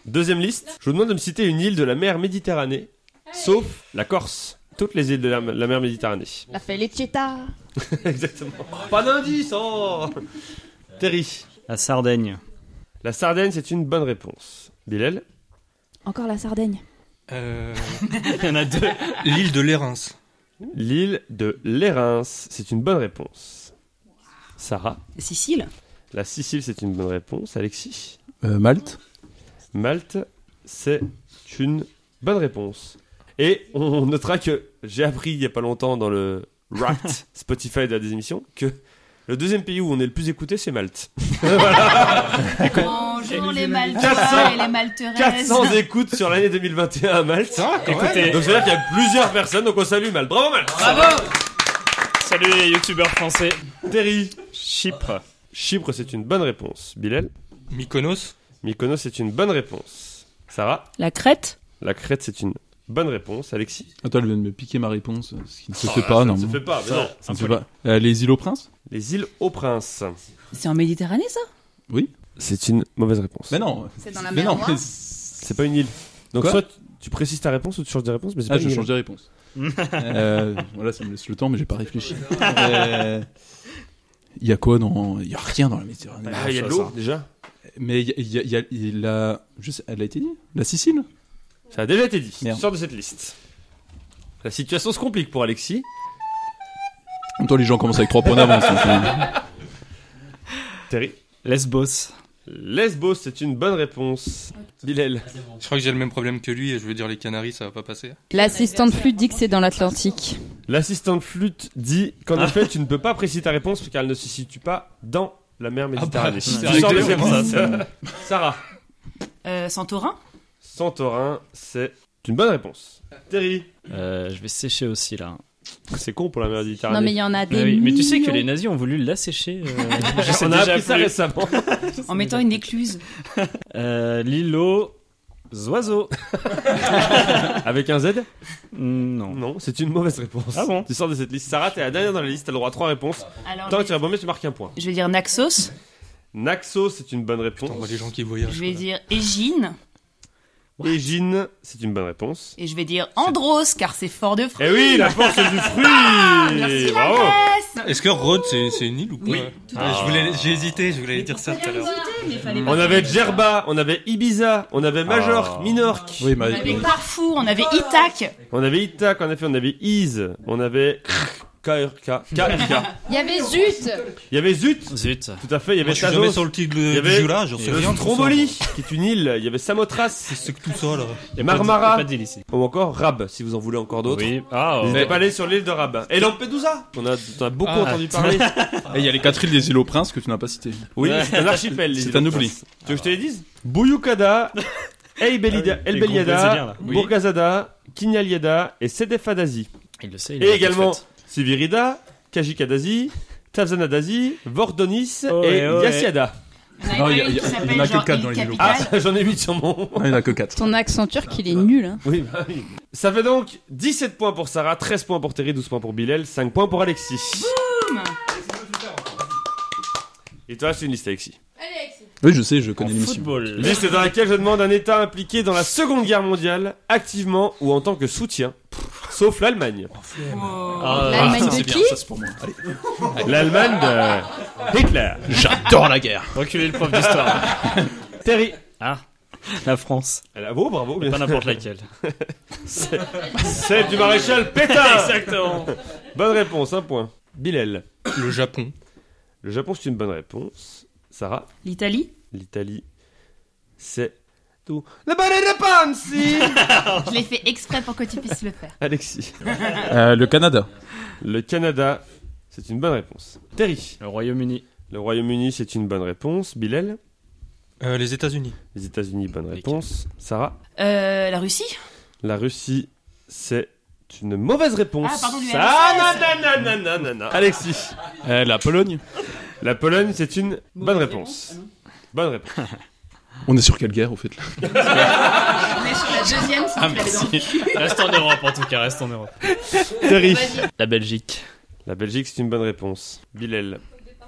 Speaker 1: Deuxième liste, je vous demande de me citer une île de la mer Méditerranée, sauf la Corse. Toutes les îles de la, la mer Méditerranée.
Speaker 6: La Felicita.
Speaker 1: Exactement. Pas d'indice, oh Terry.
Speaker 7: La Sardaigne.
Speaker 1: La Sardaigne, c'est une bonne réponse. Bilal
Speaker 6: Encore la Sardaigne.
Speaker 2: Euh,
Speaker 7: Il y en a deux.
Speaker 2: L'île de l'Érins.
Speaker 1: L'île de l'Érins, c'est une bonne réponse. Sarah
Speaker 5: Sicile
Speaker 1: La Sicile, c'est une bonne réponse. Alexis
Speaker 3: Euh, Malte.
Speaker 1: Malte, c'est une bonne réponse. Et on notera que j'ai appris il n'y a pas longtemps dans le Rat Spotify de la désémission que le deuxième pays où on est le plus écouté, c'est Malte.
Speaker 5: Bonjour les Maltois
Speaker 1: 400,
Speaker 5: et les Malteraises
Speaker 1: 400 écoutes sur l'année 2021 à Malte.
Speaker 7: Écoutez,
Speaker 1: Donc c'est-à-dire qu'il y a plusieurs personnes, donc on salue Malte. Bravo Malte
Speaker 7: salut les youtubeurs français.
Speaker 1: Terry
Speaker 7: Chypre.
Speaker 1: Chypre, c'est une bonne réponse. Bilal
Speaker 2: Mykonos.
Speaker 1: Mykonos, c'est une bonne réponse. Sarah
Speaker 5: La Crète
Speaker 1: La Crète, c'est une bonne réponse. Alexis
Speaker 3: Attends, Ah, elle vient de me piquer ma réponse. Ce qui ne se
Speaker 1: Oh
Speaker 3: fait
Speaker 1: là,
Speaker 3: pas,
Speaker 1: ça
Speaker 3: non.
Speaker 1: ne se fait pas, mais non.
Speaker 3: Ça ne se fait pas. Euh, les îles aux princes
Speaker 1: Les îles au prince.
Speaker 5: C'est en Méditerranée ça
Speaker 1: C'est une mauvaise réponse.
Speaker 3: Mais non.
Speaker 5: C'est dans la
Speaker 3: Mais
Speaker 5: mer
Speaker 3: non.
Speaker 5: Noire.
Speaker 3: mais-
Speaker 1: C'est pas une île. Donc
Speaker 3: Quoi
Speaker 1: soit tu- tu précises ta réponse ou tu changes de réponse, mais c'est
Speaker 3: Ah,
Speaker 1: pas
Speaker 3: je
Speaker 1: une île.
Speaker 3: change de réponse. Euh, voilà, ça me laisse le temps, mais j'ai pas réfléchi. Euh, Il y a quoi dans. Il y a rien dans la Méditerranée.
Speaker 2: Bah,
Speaker 1: Ah, il y a de
Speaker 7: Ça,
Speaker 1: l'eau déjà.
Speaker 3: Mais il y a, il y a- il y a- il y a la. Je sais, elle a été dit La Sicile
Speaker 1: Ça a déjà été dit.
Speaker 3: Merde.
Speaker 1: Tu sors de cette liste. La situation se complique pour Alexis.
Speaker 3: En même temps, les gens commencent avec 3 points d'avance. hein.
Speaker 1: Terry
Speaker 7: Lesbos.
Speaker 1: Lesbos, c'est une bonne réponse. Bilal
Speaker 2: Je crois que j'ai le même problème que lui et je veux dire les Canaries, ça va pas passer.
Speaker 6: L'assistante flûte dit que c'est dans l'Atlantique.
Speaker 1: L'assistante flûte dit qu'en
Speaker 3: Ah.
Speaker 1: effet, tu ne peux pas préciser ta réponse car elle ne se situe pas dans la
Speaker 3: Ah
Speaker 1: mer
Speaker 3: bah,
Speaker 1: Méditerranée.
Speaker 2: c'est
Speaker 1: Tu
Speaker 2: réglé,
Speaker 1: sors de
Speaker 2: au
Speaker 1: cette
Speaker 2: moins.
Speaker 1: liste. Sarah,
Speaker 5: Euh, Santorin
Speaker 1: Santorin, c'est une bonne réponse. Terry,
Speaker 7: Euh, je vais sécher aussi là.
Speaker 1: c'est con pour la mer Méditerranée.
Speaker 6: Non, mais il y en a des.
Speaker 7: Mais, Ah oui, mais tu sais que
Speaker 6: millions.
Speaker 7: les nazis ont voulu l'assécher. Euh, je sais
Speaker 1: On a
Speaker 7: déjà
Speaker 1: appris ça
Speaker 7: plus.
Speaker 1: récemment.
Speaker 5: En mettant une écluse.
Speaker 7: Euh, L'île aux oiseaux.
Speaker 1: Avec un Z
Speaker 7: Non.
Speaker 1: Non, c'est une mauvaise réponse.
Speaker 7: Ah bon
Speaker 1: Tu sors de cette liste. Sarah, t'es la dernière dans la liste, t'as le droit à trois réponses.
Speaker 5: Alors,
Speaker 1: Tant que
Speaker 5: je,
Speaker 1: tu réponds bien, tu marques un point.
Speaker 5: vais, je vais dire Naxos,
Speaker 1: Naxos, c'est une bonne
Speaker 2: On voit
Speaker 1: réponse.
Speaker 2: les gens qui voyagent.
Speaker 5: je vais
Speaker 2: quoi.
Speaker 5: dire Égine,
Speaker 1: Égine, c'est une bonne réponse.
Speaker 5: et je vais dire Andros, car c'est fort de fruits.
Speaker 1: Eh oui, la force du fruit
Speaker 5: Merci la
Speaker 1: Bravo
Speaker 5: Grèce
Speaker 2: Est-ce que Rhodes, c'est c'est une île ou pas
Speaker 5: Oui.
Speaker 2: Ah, je voulais- J'ai hésité, je voulais dire ça tout à l'heure.
Speaker 1: On avait Djerba, on avait Ibiza, on avait Majorque,
Speaker 7: Ah.
Speaker 1: Minorque,
Speaker 3: Oui,
Speaker 5: On
Speaker 3: mais.
Speaker 5: avait Carrefour, on avait Ithac.
Speaker 1: on avait Ithac, en effet, on avait Ise, on avait KRK, KRK.
Speaker 6: Il y avait Zut
Speaker 1: Il y avait Zut,
Speaker 7: Zut.
Speaker 1: tout à fait, il y
Speaker 2: Moi,
Speaker 1: avait
Speaker 2: je suis jamais sur
Speaker 1: Tazos,
Speaker 2: le titre
Speaker 1: Il y
Speaker 2: de-
Speaker 1: avait
Speaker 2: du jeu là, j'en sais rien.
Speaker 1: le
Speaker 2: de tout ça.
Speaker 1: Stromboli, qui est une île, il y avait Samotras,
Speaker 2: C'est que tout ça là.
Speaker 7: Y a
Speaker 1: Marmara.
Speaker 7: Pas de, y a pas de deal ici.
Speaker 1: ou encore Rab, si vous en voulez encore d'autres.
Speaker 7: Oui. Ah,
Speaker 1: N'hésitez
Speaker 7: ouais.
Speaker 1: pas à aller sur l'île de Rab. Et Lampedusa On a, on a beaucoup
Speaker 2: Ah,
Speaker 1: entendu parler.
Speaker 3: Et Eh, il y a les 4 îles des îles aux princes que tu n'as pas citées.
Speaker 1: Oui, c'est un archipel. les
Speaker 3: C'est
Speaker 1: îles
Speaker 3: un
Speaker 1: de
Speaker 3: oubli.
Speaker 1: France. Tu veux que je te les
Speaker 7: Ah
Speaker 1: dise Buyukada, El Belida- El
Speaker 7: les groupes brésiliens,
Speaker 1: Beliada,
Speaker 7: là.
Speaker 2: Oui.
Speaker 1: Burgazada, Kinyaliada et Sedefadasi.
Speaker 7: il le sait. il
Speaker 1: Et
Speaker 7: l'a
Speaker 1: également
Speaker 7: fait.
Speaker 1: Sivirida, Kajikadasi, Tavzanadasi, Vordonis
Speaker 7: Oh,
Speaker 1: et
Speaker 7: eh, oh, eh.
Speaker 1: Yasiada.
Speaker 5: On avait
Speaker 3: Non, il y a-
Speaker 5: une
Speaker 3: il y
Speaker 5: qui
Speaker 3: a- il y en a
Speaker 5: s'appelle
Speaker 3: que
Speaker 5: genre
Speaker 3: quatre dans
Speaker 5: Île
Speaker 3: les jours.
Speaker 1: Ah,
Speaker 5: Capitale.
Speaker 1: j'en ai 8 sur mon.
Speaker 3: Ah, il n'y en a que 4.
Speaker 6: Ton accent turc, il est nul. Hein.
Speaker 1: Oui, bah oui. Ça fait donc 17 points pour Sarah, 13 points pour Terry, 12 points pour Bilal, 5 points pour Alexis.
Speaker 5: Boum
Speaker 1: Et toi, c'est une liste, Alexis.
Speaker 3: Oui, je sais, je connais
Speaker 7: En
Speaker 3: l'émission.
Speaker 7: football.
Speaker 1: Liste dans laquelle je demande un État impliqué dans la Seconde Guerre mondiale, activement ou en tant que soutien, sauf l'Allemagne.
Speaker 5: Wow.
Speaker 1: Ah,
Speaker 6: L'Allemagne
Speaker 3: Ça,
Speaker 6: de
Speaker 3: c'est
Speaker 6: qui
Speaker 3: bien, ça, c'est pour moi. Allez.
Speaker 1: L'Allemagne de Hitler.
Speaker 3: J'adore la guerre.
Speaker 7: Reculez le prof d'histoire.
Speaker 1: Terry.
Speaker 7: Ah, la France.
Speaker 1: Ah, bon, bravo,
Speaker 7: Mais
Speaker 1: bien
Speaker 7: pas
Speaker 1: sûr.
Speaker 7: n'importe laquelle.
Speaker 1: C'est du maréchal Pétain.
Speaker 7: Exactement.
Speaker 1: Bonne réponse, un point. Bilal.
Speaker 2: Le Japon.
Speaker 1: Le Japon, c'est une bonne réponse. Sarah,
Speaker 5: L'Italie
Speaker 1: l'Italie, c'est tout. La bonne réponse
Speaker 3: Ah.
Speaker 5: Je l'ai fait exprès pour que tu puisses le faire.
Speaker 1: Alexis.
Speaker 3: Euh, le Canada.
Speaker 1: Le Canada, c'est une bonne réponse. Terry.
Speaker 7: Le Royaume-Uni.
Speaker 1: Le Royaume-Uni, c'est une bonne réponse. Bilal.
Speaker 2: Euh, les États-Unis.
Speaker 1: Les États-Unis, bonne réponse. Sarah.
Speaker 5: Euh, la Russie
Speaker 1: La Russie, c'est une mauvaise réponse.
Speaker 5: Ah, pardon, l'URSS.
Speaker 1: Ah, nanana, nanana, nanana. Alexis.
Speaker 3: Euh, la Pologne.
Speaker 1: La Pologne, c'est une bonne
Speaker 5: Ah
Speaker 1: réponse. Bonne réponse.
Speaker 3: On est sur quelle guerre, au fait là
Speaker 5: On est sur la deuxième, si tu l'avais dans le
Speaker 7: Reste en Europe en tout cas, reste en Europe.
Speaker 1: Terry.
Speaker 7: La Belgique.
Speaker 1: La Belgique, c'est une bonne réponse. Bilal.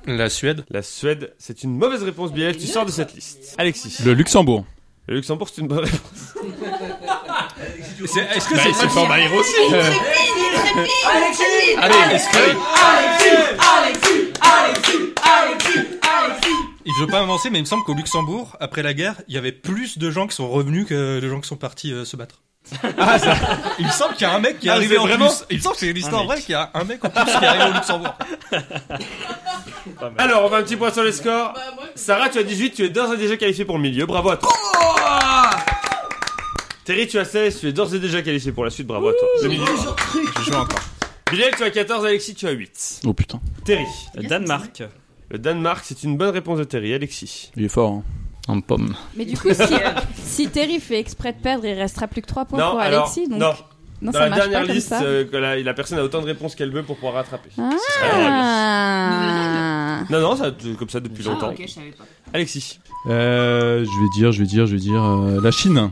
Speaker 2: La Suède.
Speaker 1: La Suède, c'est une mauvaise réponse, Bilal. Tu sors de cette liste. Alexis.
Speaker 3: Le Luxembourg.
Speaker 1: Le Luxembourg, c'est une bonne réponse.
Speaker 2: Est-ce que
Speaker 7: Bah,
Speaker 2: c'est
Speaker 3: c'est pas Bayrou aussi.
Speaker 2: Allez, est-ce que. Alexis Alexis Alexis Alexis Je veux pas avancer, mais il me semble qu'au Luxembourg, après la guerre, il y avait plus de gens qui sont revenus que de gens qui sont partis euh, se battre. Ah, Il me semble qu'il y a un mec qui est
Speaker 1: Ah,
Speaker 2: arrivé
Speaker 1: c'est
Speaker 2: en
Speaker 1: vraiment-
Speaker 2: plus. Il me semble que c'est une histoire
Speaker 7: Un mec.
Speaker 2: vraie qu'il y a un mec en plus qui est arrivé au Luxembourg. Ah, bah.
Speaker 1: Alors, on va un petit point sur les scores. Sarah, tu as 18, tu es d'ores et déjà qualifié pour le milieu. Bravo à toi. Terry, tu as 16, tu es d'ores et déjà qualifié pour la suite. Bravo à toi. Le milieu.
Speaker 2: Je joue encore.
Speaker 1: Bilal, tu as 14, Alexis, tu as 8.
Speaker 3: Oh putain,
Speaker 1: Terry.
Speaker 7: Le Danemark.
Speaker 1: Le Danemark, c'est une bonne réponse de Terry. Alexis.
Speaker 3: il est fort. hein.
Speaker 7: En pomme.
Speaker 6: Mais du coup, si, si Terry fait exprès de perdre, il restera plus que 3 points pour
Speaker 1: alors,
Speaker 6: Alexis. Donc...
Speaker 1: non.
Speaker 6: non,
Speaker 1: Dans
Speaker 6: ça
Speaker 1: la
Speaker 6: marche
Speaker 1: dernière
Speaker 6: pas comme
Speaker 1: liste,
Speaker 6: ça.
Speaker 1: euh, que la, la personne a autant de réponses qu'elle veut pour pouvoir rattraper.
Speaker 6: Ah.
Speaker 1: Non, non, ça, tu- comme ça depuis
Speaker 5: Ah,
Speaker 1: longtemps.
Speaker 5: ok, je savais pas.
Speaker 1: Alexis.
Speaker 3: Euh, je vais dire, je vais dire, je vais dire euh, la Chine.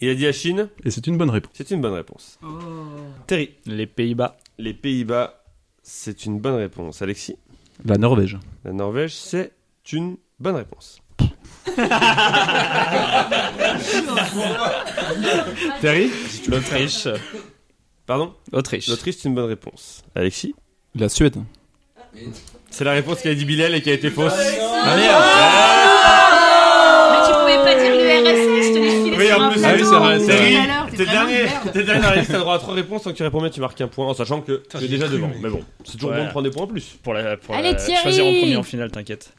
Speaker 1: Il a dit la Chine,
Speaker 3: Et c'est une bonne réponse.
Speaker 1: c'est une bonne réponse.
Speaker 5: Oh.
Speaker 1: Terry.
Speaker 7: Les Pays-Bas.
Speaker 1: Les Pays-Bas, c'est une bonne réponse. Alexis.
Speaker 3: La Norvège.
Speaker 1: La Norvège, c'est une bonne réponse. Terry
Speaker 7: L'Autriche.
Speaker 1: Pardon
Speaker 7: Autriche.
Speaker 1: L'Autriche, c'est une bonne réponse. Alexis
Speaker 3: La Suède.
Speaker 1: C'est la réponse qu'a dit Bilal et qui a été fausse.
Speaker 5: Mais tu pouvais pas dire l'URSS, je te l'ai filé
Speaker 1: Oui,
Speaker 5: sur
Speaker 1: en
Speaker 5: un
Speaker 1: plus,
Speaker 5: plateau. euh,
Speaker 3: oui,
Speaker 5: Tout
Speaker 3: c'est vrai, c'est
Speaker 5: à
Speaker 1: vrai.
Speaker 5: l'heure, t'es
Speaker 1: T'es
Speaker 5: vraiment
Speaker 1: dernier,
Speaker 5: une merde.
Speaker 1: t'es dernier dans la liste, t'as droit à trois réponses. Tant que tu réponds bien, tu marques un point en sachant que tu es
Speaker 2: j'ai
Speaker 1: déjà
Speaker 2: cru,
Speaker 1: devant.
Speaker 2: mais-
Speaker 1: Mais bon, c'est toujours
Speaker 7: Ouais.
Speaker 1: bon de prendre des points en plus.
Speaker 7: Pour la, pour
Speaker 6: Allez,
Speaker 7: la-
Speaker 6: Thierry
Speaker 7: choisir en premier en finale, t'inquiète.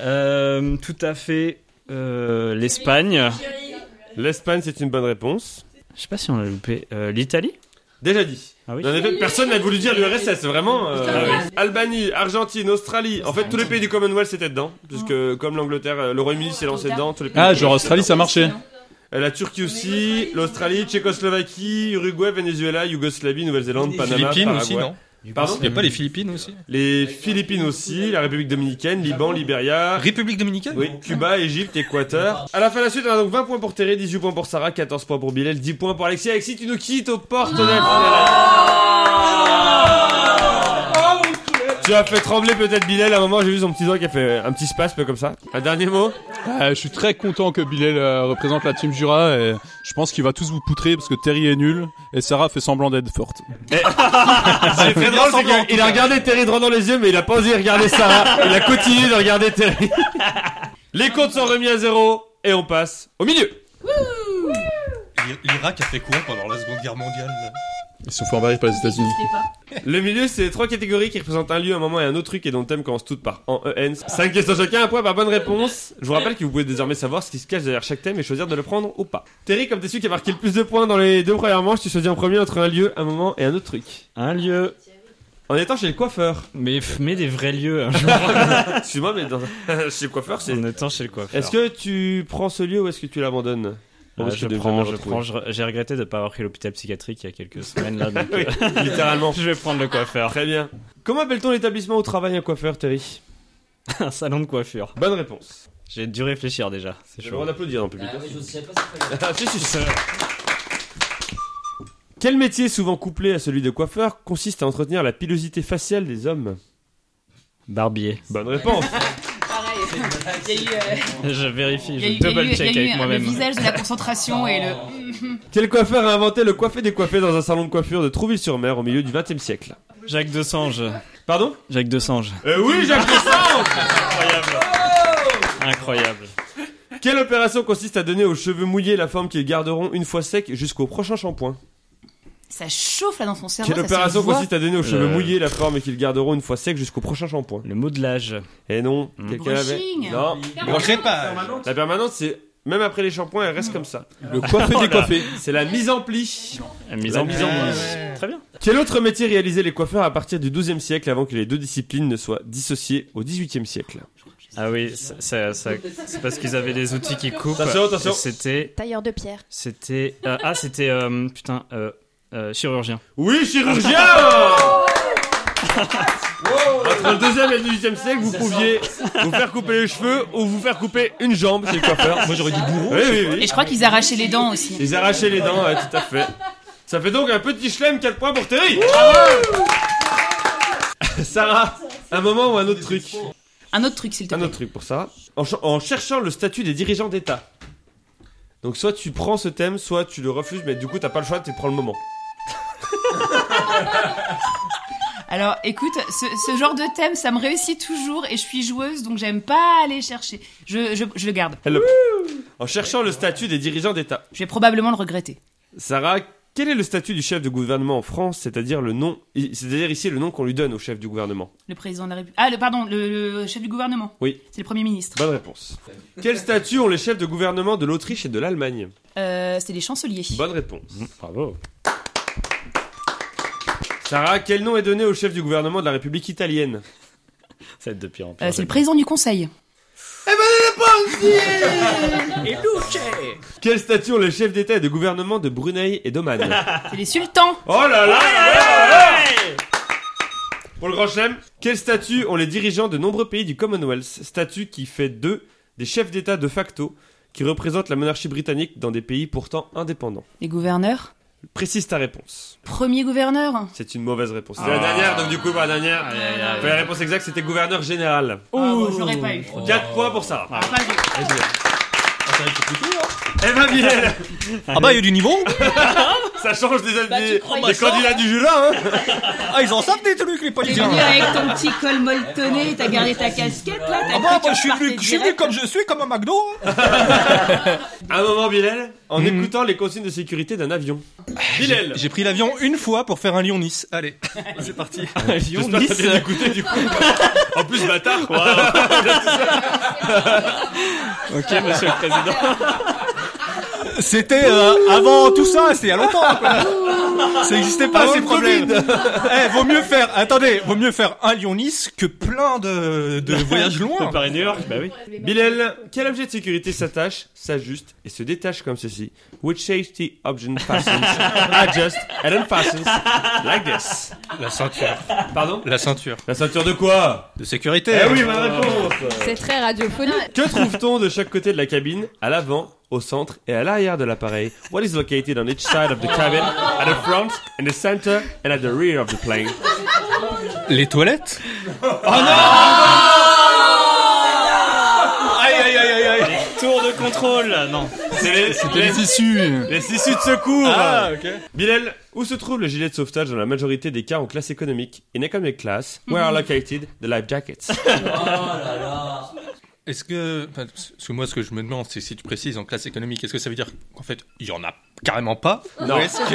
Speaker 7: Euh, tout à fait. euh, L'Espagne.
Speaker 1: L'Espagne, c'est une bonne réponse.
Speaker 7: Je sais pas si on l'a loupé. Euh, L'Italie.
Speaker 1: Déjà dit.
Speaker 7: Ah oui.
Speaker 1: En effet, personne n'a voulu dire l'URSS, vraiment. euh,
Speaker 7: Ah ouais.
Speaker 1: Albanie, Argentine, Australie. En fait, tous les pays du Commonwealth étaient dedans.
Speaker 5: Ah.
Speaker 1: Puisque, comme l'Angleterre, euh, le Royaume-Uni s'est lancé dedans. Tous les pays
Speaker 3: Ah,
Speaker 1: du
Speaker 3: genre
Speaker 1: Commonwealth
Speaker 3: Australie, ça marchait.
Speaker 1: Euh, La Turquie aussi, l'Australie, Tchécoslovaquie, Uruguay, Vénézuela, Yougoslavie, Nouvelle-Zélande, Panama,
Speaker 2: Philippines
Speaker 1: Paraguay.
Speaker 2: aussi, non
Speaker 1: Pardon
Speaker 2: Il y a pas les Philippines aussi
Speaker 1: Les Philippines aussi, la République Dominicaine, Liban, Libéria,
Speaker 2: République Dominicaine
Speaker 1: oui, Cuba, Égypte, Équateur. À la fin de la suite, on a donc 20 points pour Terry, 18 points pour Sarah, 14 points pour Bilal, 10 points pour Alexis. Alexis, tu nous quittes aux portes de la finale. Tu as fait trembler peut-être Bilal, à un moment j'ai vu son petit doigt qui a fait un petit spasme comme ça. Un dernier mot
Speaker 3: Euh, je suis très content que Bilal euh, représente la team Jura et je pense qu'il va tous vous poutrer parce que Terry est nul et Sarah fait semblant d'être forte.
Speaker 1: C'est très drôle, c'est qu'il- il a regardé Terry droit dans les yeux, mais il a pas osé regarder Sarah. Il a continué de regarder Terry. Les comptes sont remis à zéro et on passe au milieu.
Speaker 2: L'I- L'Irak a fait quoi pendant la Seconde Guerre mondiale là
Speaker 3: Ils se font embarrer par les États-Unis.
Speaker 5: N'hésitez pas.
Speaker 1: Le milieu, c'est les trois catégories qui représentent un lieu, un moment et un autre truc et dont le thème commence toutes par en EN. Cinq questions chacun, un point par bonne réponse. Je vous rappelle que vous pouvez désormais savoir ce qui se cache derrière chaque thème et choisir de le prendre ou pas. Terry, comme t'es celui qui a marqué le plus de points dans les deux premières manches, tu choisis en premier entre un lieu, un moment et un autre truc.
Speaker 7: Un lieu.
Speaker 1: En étant chez le coiffeur.
Speaker 7: Mais f- mets des vrais lieux. un jour.
Speaker 1: Excuse-moi, mais dans... chez le coiffeur, c'est.
Speaker 7: en étant chez le coiffeur.
Speaker 1: Est-ce que tu prends ce lieu ou est-ce que tu l'abandonnes
Speaker 7: Ah,
Speaker 1: Ou est-ce que
Speaker 7: je,
Speaker 1: tu ne
Speaker 7: prends,
Speaker 1: veux
Speaker 7: je
Speaker 1: jamais
Speaker 7: prends, je- j'ai regretté de ne pas avoir pris l'hôpital psychiatrique il y a quelques semaines là, donc, euh,
Speaker 1: retrouver Littéralement.
Speaker 7: je vais prendre le coiffeur.
Speaker 1: Très bien. Comment appelle-t-on l'établissement où travaille un coiffeur, Terry
Speaker 7: Un salon de coiffure.
Speaker 1: Bonne réponse.
Speaker 7: J'ai dû réfléchir déjà. C'est
Speaker 1: Je
Speaker 7: chaud.
Speaker 1: vais d'applaudir dans le public. Ah, si, si, si. Quel métier, souvent couplé à celui de coiffeur, consiste à entretenir la pilosité faciale des hommes
Speaker 7: Barbier.
Speaker 1: Bonne réponse.
Speaker 5: Pareil. Il y a eu, euh,
Speaker 7: Je vérifie,
Speaker 5: il y a eu-
Speaker 7: je
Speaker 5: il y a eu-
Speaker 7: double check
Speaker 5: il y a eu
Speaker 7: avec
Speaker 5: un- le
Speaker 7: moi-même.
Speaker 5: visage de la concentration et le.
Speaker 1: Quel coiffeur a inventé le coiffé décoiffé dans un salon de coiffure de Trouville-sur-Mer au milieu du XXe siècle
Speaker 7: Jacques Desange.
Speaker 1: Pardon
Speaker 7: Jacques Desange.
Speaker 1: Euh, Oui, Jacques Desange
Speaker 7: Incroyable. Incroyable.
Speaker 1: Quelle opération consiste à donner aux cheveux mouillés la forme qu'ils garderont une fois secs jusqu'au prochain shampoing
Speaker 5: Ça chauffe là dans son cerveau.
Speaker 1: Quelle
Speaker 5: ça se
Speaker 1: opération
Speaker 5: voit.
Speaker 1: consiste à donner aux cheveux
Speaker 7: Euh.
Speaker 1: mouillés la forme qu'ils garderont une fois secs jusqu'au prochain shampoing
Speaker 7: Le modelage.
Speaker 1: Eh non,
Speaker 7: Mm.
Speaker 1: quelqu'un avait...
Speaker 5: Brushing.
Speaker 1: Non,
Speaker 2: pas.
Speaker 1: la permanente c'est... Même après les shampoings, elle reste comme ça.
Speaker 3: Le coiffé décoiffé.
Speaker 1: C'est la mise en pli.
Speaker 7: La mise
Speaker 1: La
Speaker 7: en
Speaker 1: mise en
Speaker 7: place.
Speaker 1: place.
Speaker 7: Très bien.
Speaker 1: Quel autre métier réalisaient les coiffeurs à partir du XIIe siècle avant que les deux disciplines ne soient dissociées au XVIIIe siècle
Speaker 7: Ah oui, ça- ça- ça- c'est parce qu'ils avaient des outils qui coupent.
Speaker 1: Attention, attention.
Speaker 7: Et C'était,
Speaker 6: Tailleur de pierre.
Speaker 7: c'était, euh, ah c'était, euh, putain, euh, euh, chirurgien.
Speaker 1: Oui, chirurgien Entre le deuxième et le 18e siècle, vous pouviez vous faire couper les cheveux ou vous faire couper une jambe chez le coiffeur. Moi j'aurais dit bourreau. Oui, oui,
Speaker 5: Et
Speaker 1: oui.
Speaker 5: je crois qu'ils arrachaient les dents aussi.
Speaker 1: Ils arrachaient les dents, ouais, tout à fait. Ça fait donc un petit chelem 4 points pour Terry Bravo Sarah, un moment ou un autre truc
Speaker 5: Un autre truc, s'il te
Speaker 1: Un
Speaker 5: plaît.
Speaker 1: autre truc pour ça. En, ch- en cherchant le statut des dirigeants d'État. Donc soit tu prends ce thème, soit tu le refuses, mais du coup t'as pas le choix, tu prends le moment.
Speaker 5: Alors écoute, ce, ce genre de thème, ça me réussit toujours et je suis joueuse donc j'aime pas aller chercher. Je, je, je le garde.
Speaker 1: Elle le- En cherchant le statut des dirigeants d'État.
Speaker 5: Je vais probablement le regretter.
Speaker 1: Sarah, quel est le statut du chef de gouvernement en France, c'est-à-dire le nom, i- c'est-à-dire ici le nom qu'on lui donne au chef du gouvernement
Speaker 5: Le président de la République. Ah, le, pardon, le, le chef du gouvernement.
Speaker 1: Oui. Bah.
Speaker 5: C'est le Premier ministre.
Speaker 1: Bonne réponse. Quel statut ont les chefs de gouvernement de l'Autriche et de l'Allemagne
Speaker 5: Euh, c'est les chanceliers.
Speaker 1: Bonne réponse.
Speaker 7: Bravo.
Speaker 1: Sarah, quel nom est donné au chef du gouvernement de la République italienne
Speaker 7: Ça va être de pire en pire.
Speaker 5: Euh, c'est le président du conseil.
Speaker 1: Quel statut ont les chefs d'État et de gouvernement de Brunei et d'Oman
Speaker 5: C'est les sultans.
Speaker 1: Oh là là, là là Pour le grand chelem, quel statut ont les dirigeants de nombreux pays du Commonwealth Statut qui fait d'eux des chefs d'État de facto qui représentent la monarchie britannique dans des pays pourtant indépendants.
Speaker 5: Les gouverneurs.
Speaker 1: Précise ta réponse.
Speaker 5: Premier gouverneur.
Speaker 1: C'est une mauvaise réponse. C'est la dernière, donc du coup, pas la dernière.
Speaker 7: Aïe, aïe, aïe.
Speaker 1: Enfin, La réponse exacte, c'était gouverneur général.
Speaker 5: Ah, bon, je l'aurais pas eu.
Speaker 1: 4 points pour ça.
Speaker 5: Ah, pas eu.
Speaker 1: Eva Villel,
Speaker 2: Ah bah il y a du niveau
Speaker 1: ben, ça change des,
Speaker 5: Bah, tu
Speaker 1: des-
Speaker 5: crois
Speaker 1: des
Speaker 5: pas ça
Speaker 1: candidats du Jura. Hein.
Speaker 2: Ah ils en savent des trucs les
Speaker 5: T'es
Speaker 2: politiciens
Speaker 5: venu avec ton petit col molletonné, t'as gardé ta casquette là, t'as
Speaker 2: Ah
Speaker 5: cru
Speaker 2: bah
Speaker 5: que
Speaker 2: moi
Speaker 5: tu
Speaker 2: je suis venu,
Speaker 5: partais
Speaker 2: je suis venu
Speaker 5: direct.
Speaker 2: comme je suis, comme un McDo hein.
Speaker 1: Un moment, Villel, en écoutant les consignes de sécurité d'un avion. Villel,
Speaker 2: J'ai pris l'avion une fois pour faire un Lyon-Nice. Allez, c'est parti.
Speaker 7: Avion
Speaker 1: J'espère que t'as bien
Speaker 7: Nice.
Speaker 1: écouté, du coup. en plus, bâtard, quoi.
Speaker 5: Ah,
Speaker 7: Ok, monsieur le président.
Speaker 2: C'était euh, avant tout ça, c'était il y a longtemps quoi. Ça n'existait pas
Speaker 1: Avant
Speaker 2: ces
Speaker 1: le
Speaker 2: problèmes. Eh, vaut mieux faire, attendez, vaut mieux faire un Lyon-Nice que plein de, de voyages loin.
Speaker 7: Paris-New York, bah oui.
Speaker 1: Bilal, quel objet de sécurité s'attache, s'ajuste et se détache comme ceci Which safety object fastens, adjusts and unfastens like this
Speaker 2: La ceinture.
Speaker 1: Pardon
Speaker 2: La ceinture.
Speaker 1: La ceinture de quoi
Speaker 2: De sécurité.
Speaker 1: Eh oui, ma réponse
Speaker 6: C'est très radiophonique.
Speaker 1: Que trouve-t-on de chaque côté de la cabine À l'avant, au centre et à l'arrière de l'appareil What is located on each side of the cabin, at the front, in the center and at the rear of the plane
Speaker 2: Les toilettes Ah,
Speaker 1: Aïe aïe aïe aïe aïe
Speaker 7: Tour de contrôle, non.
Speaker 1: C'est les, les-
Speaker 3: issues.
Speaker 1: les issues de secours
Speaker 2: Ah,
Speaker 7: Ah.
Speaker 2: ok.
Speaker 1: Bilal, où se trouve le gilet de sauvetage dans la majorité des cas en classe économique In economic class, where are located the life jackets
Speaker 2: Est-ce que, enfin, parce que moi ce que je me demande c'est si tu précises en classe économique, est-ce que ça veut dire qu'en fait il y en a carrément pas
Speaker 1: Non.
Speaker 2: Ou est-ce que,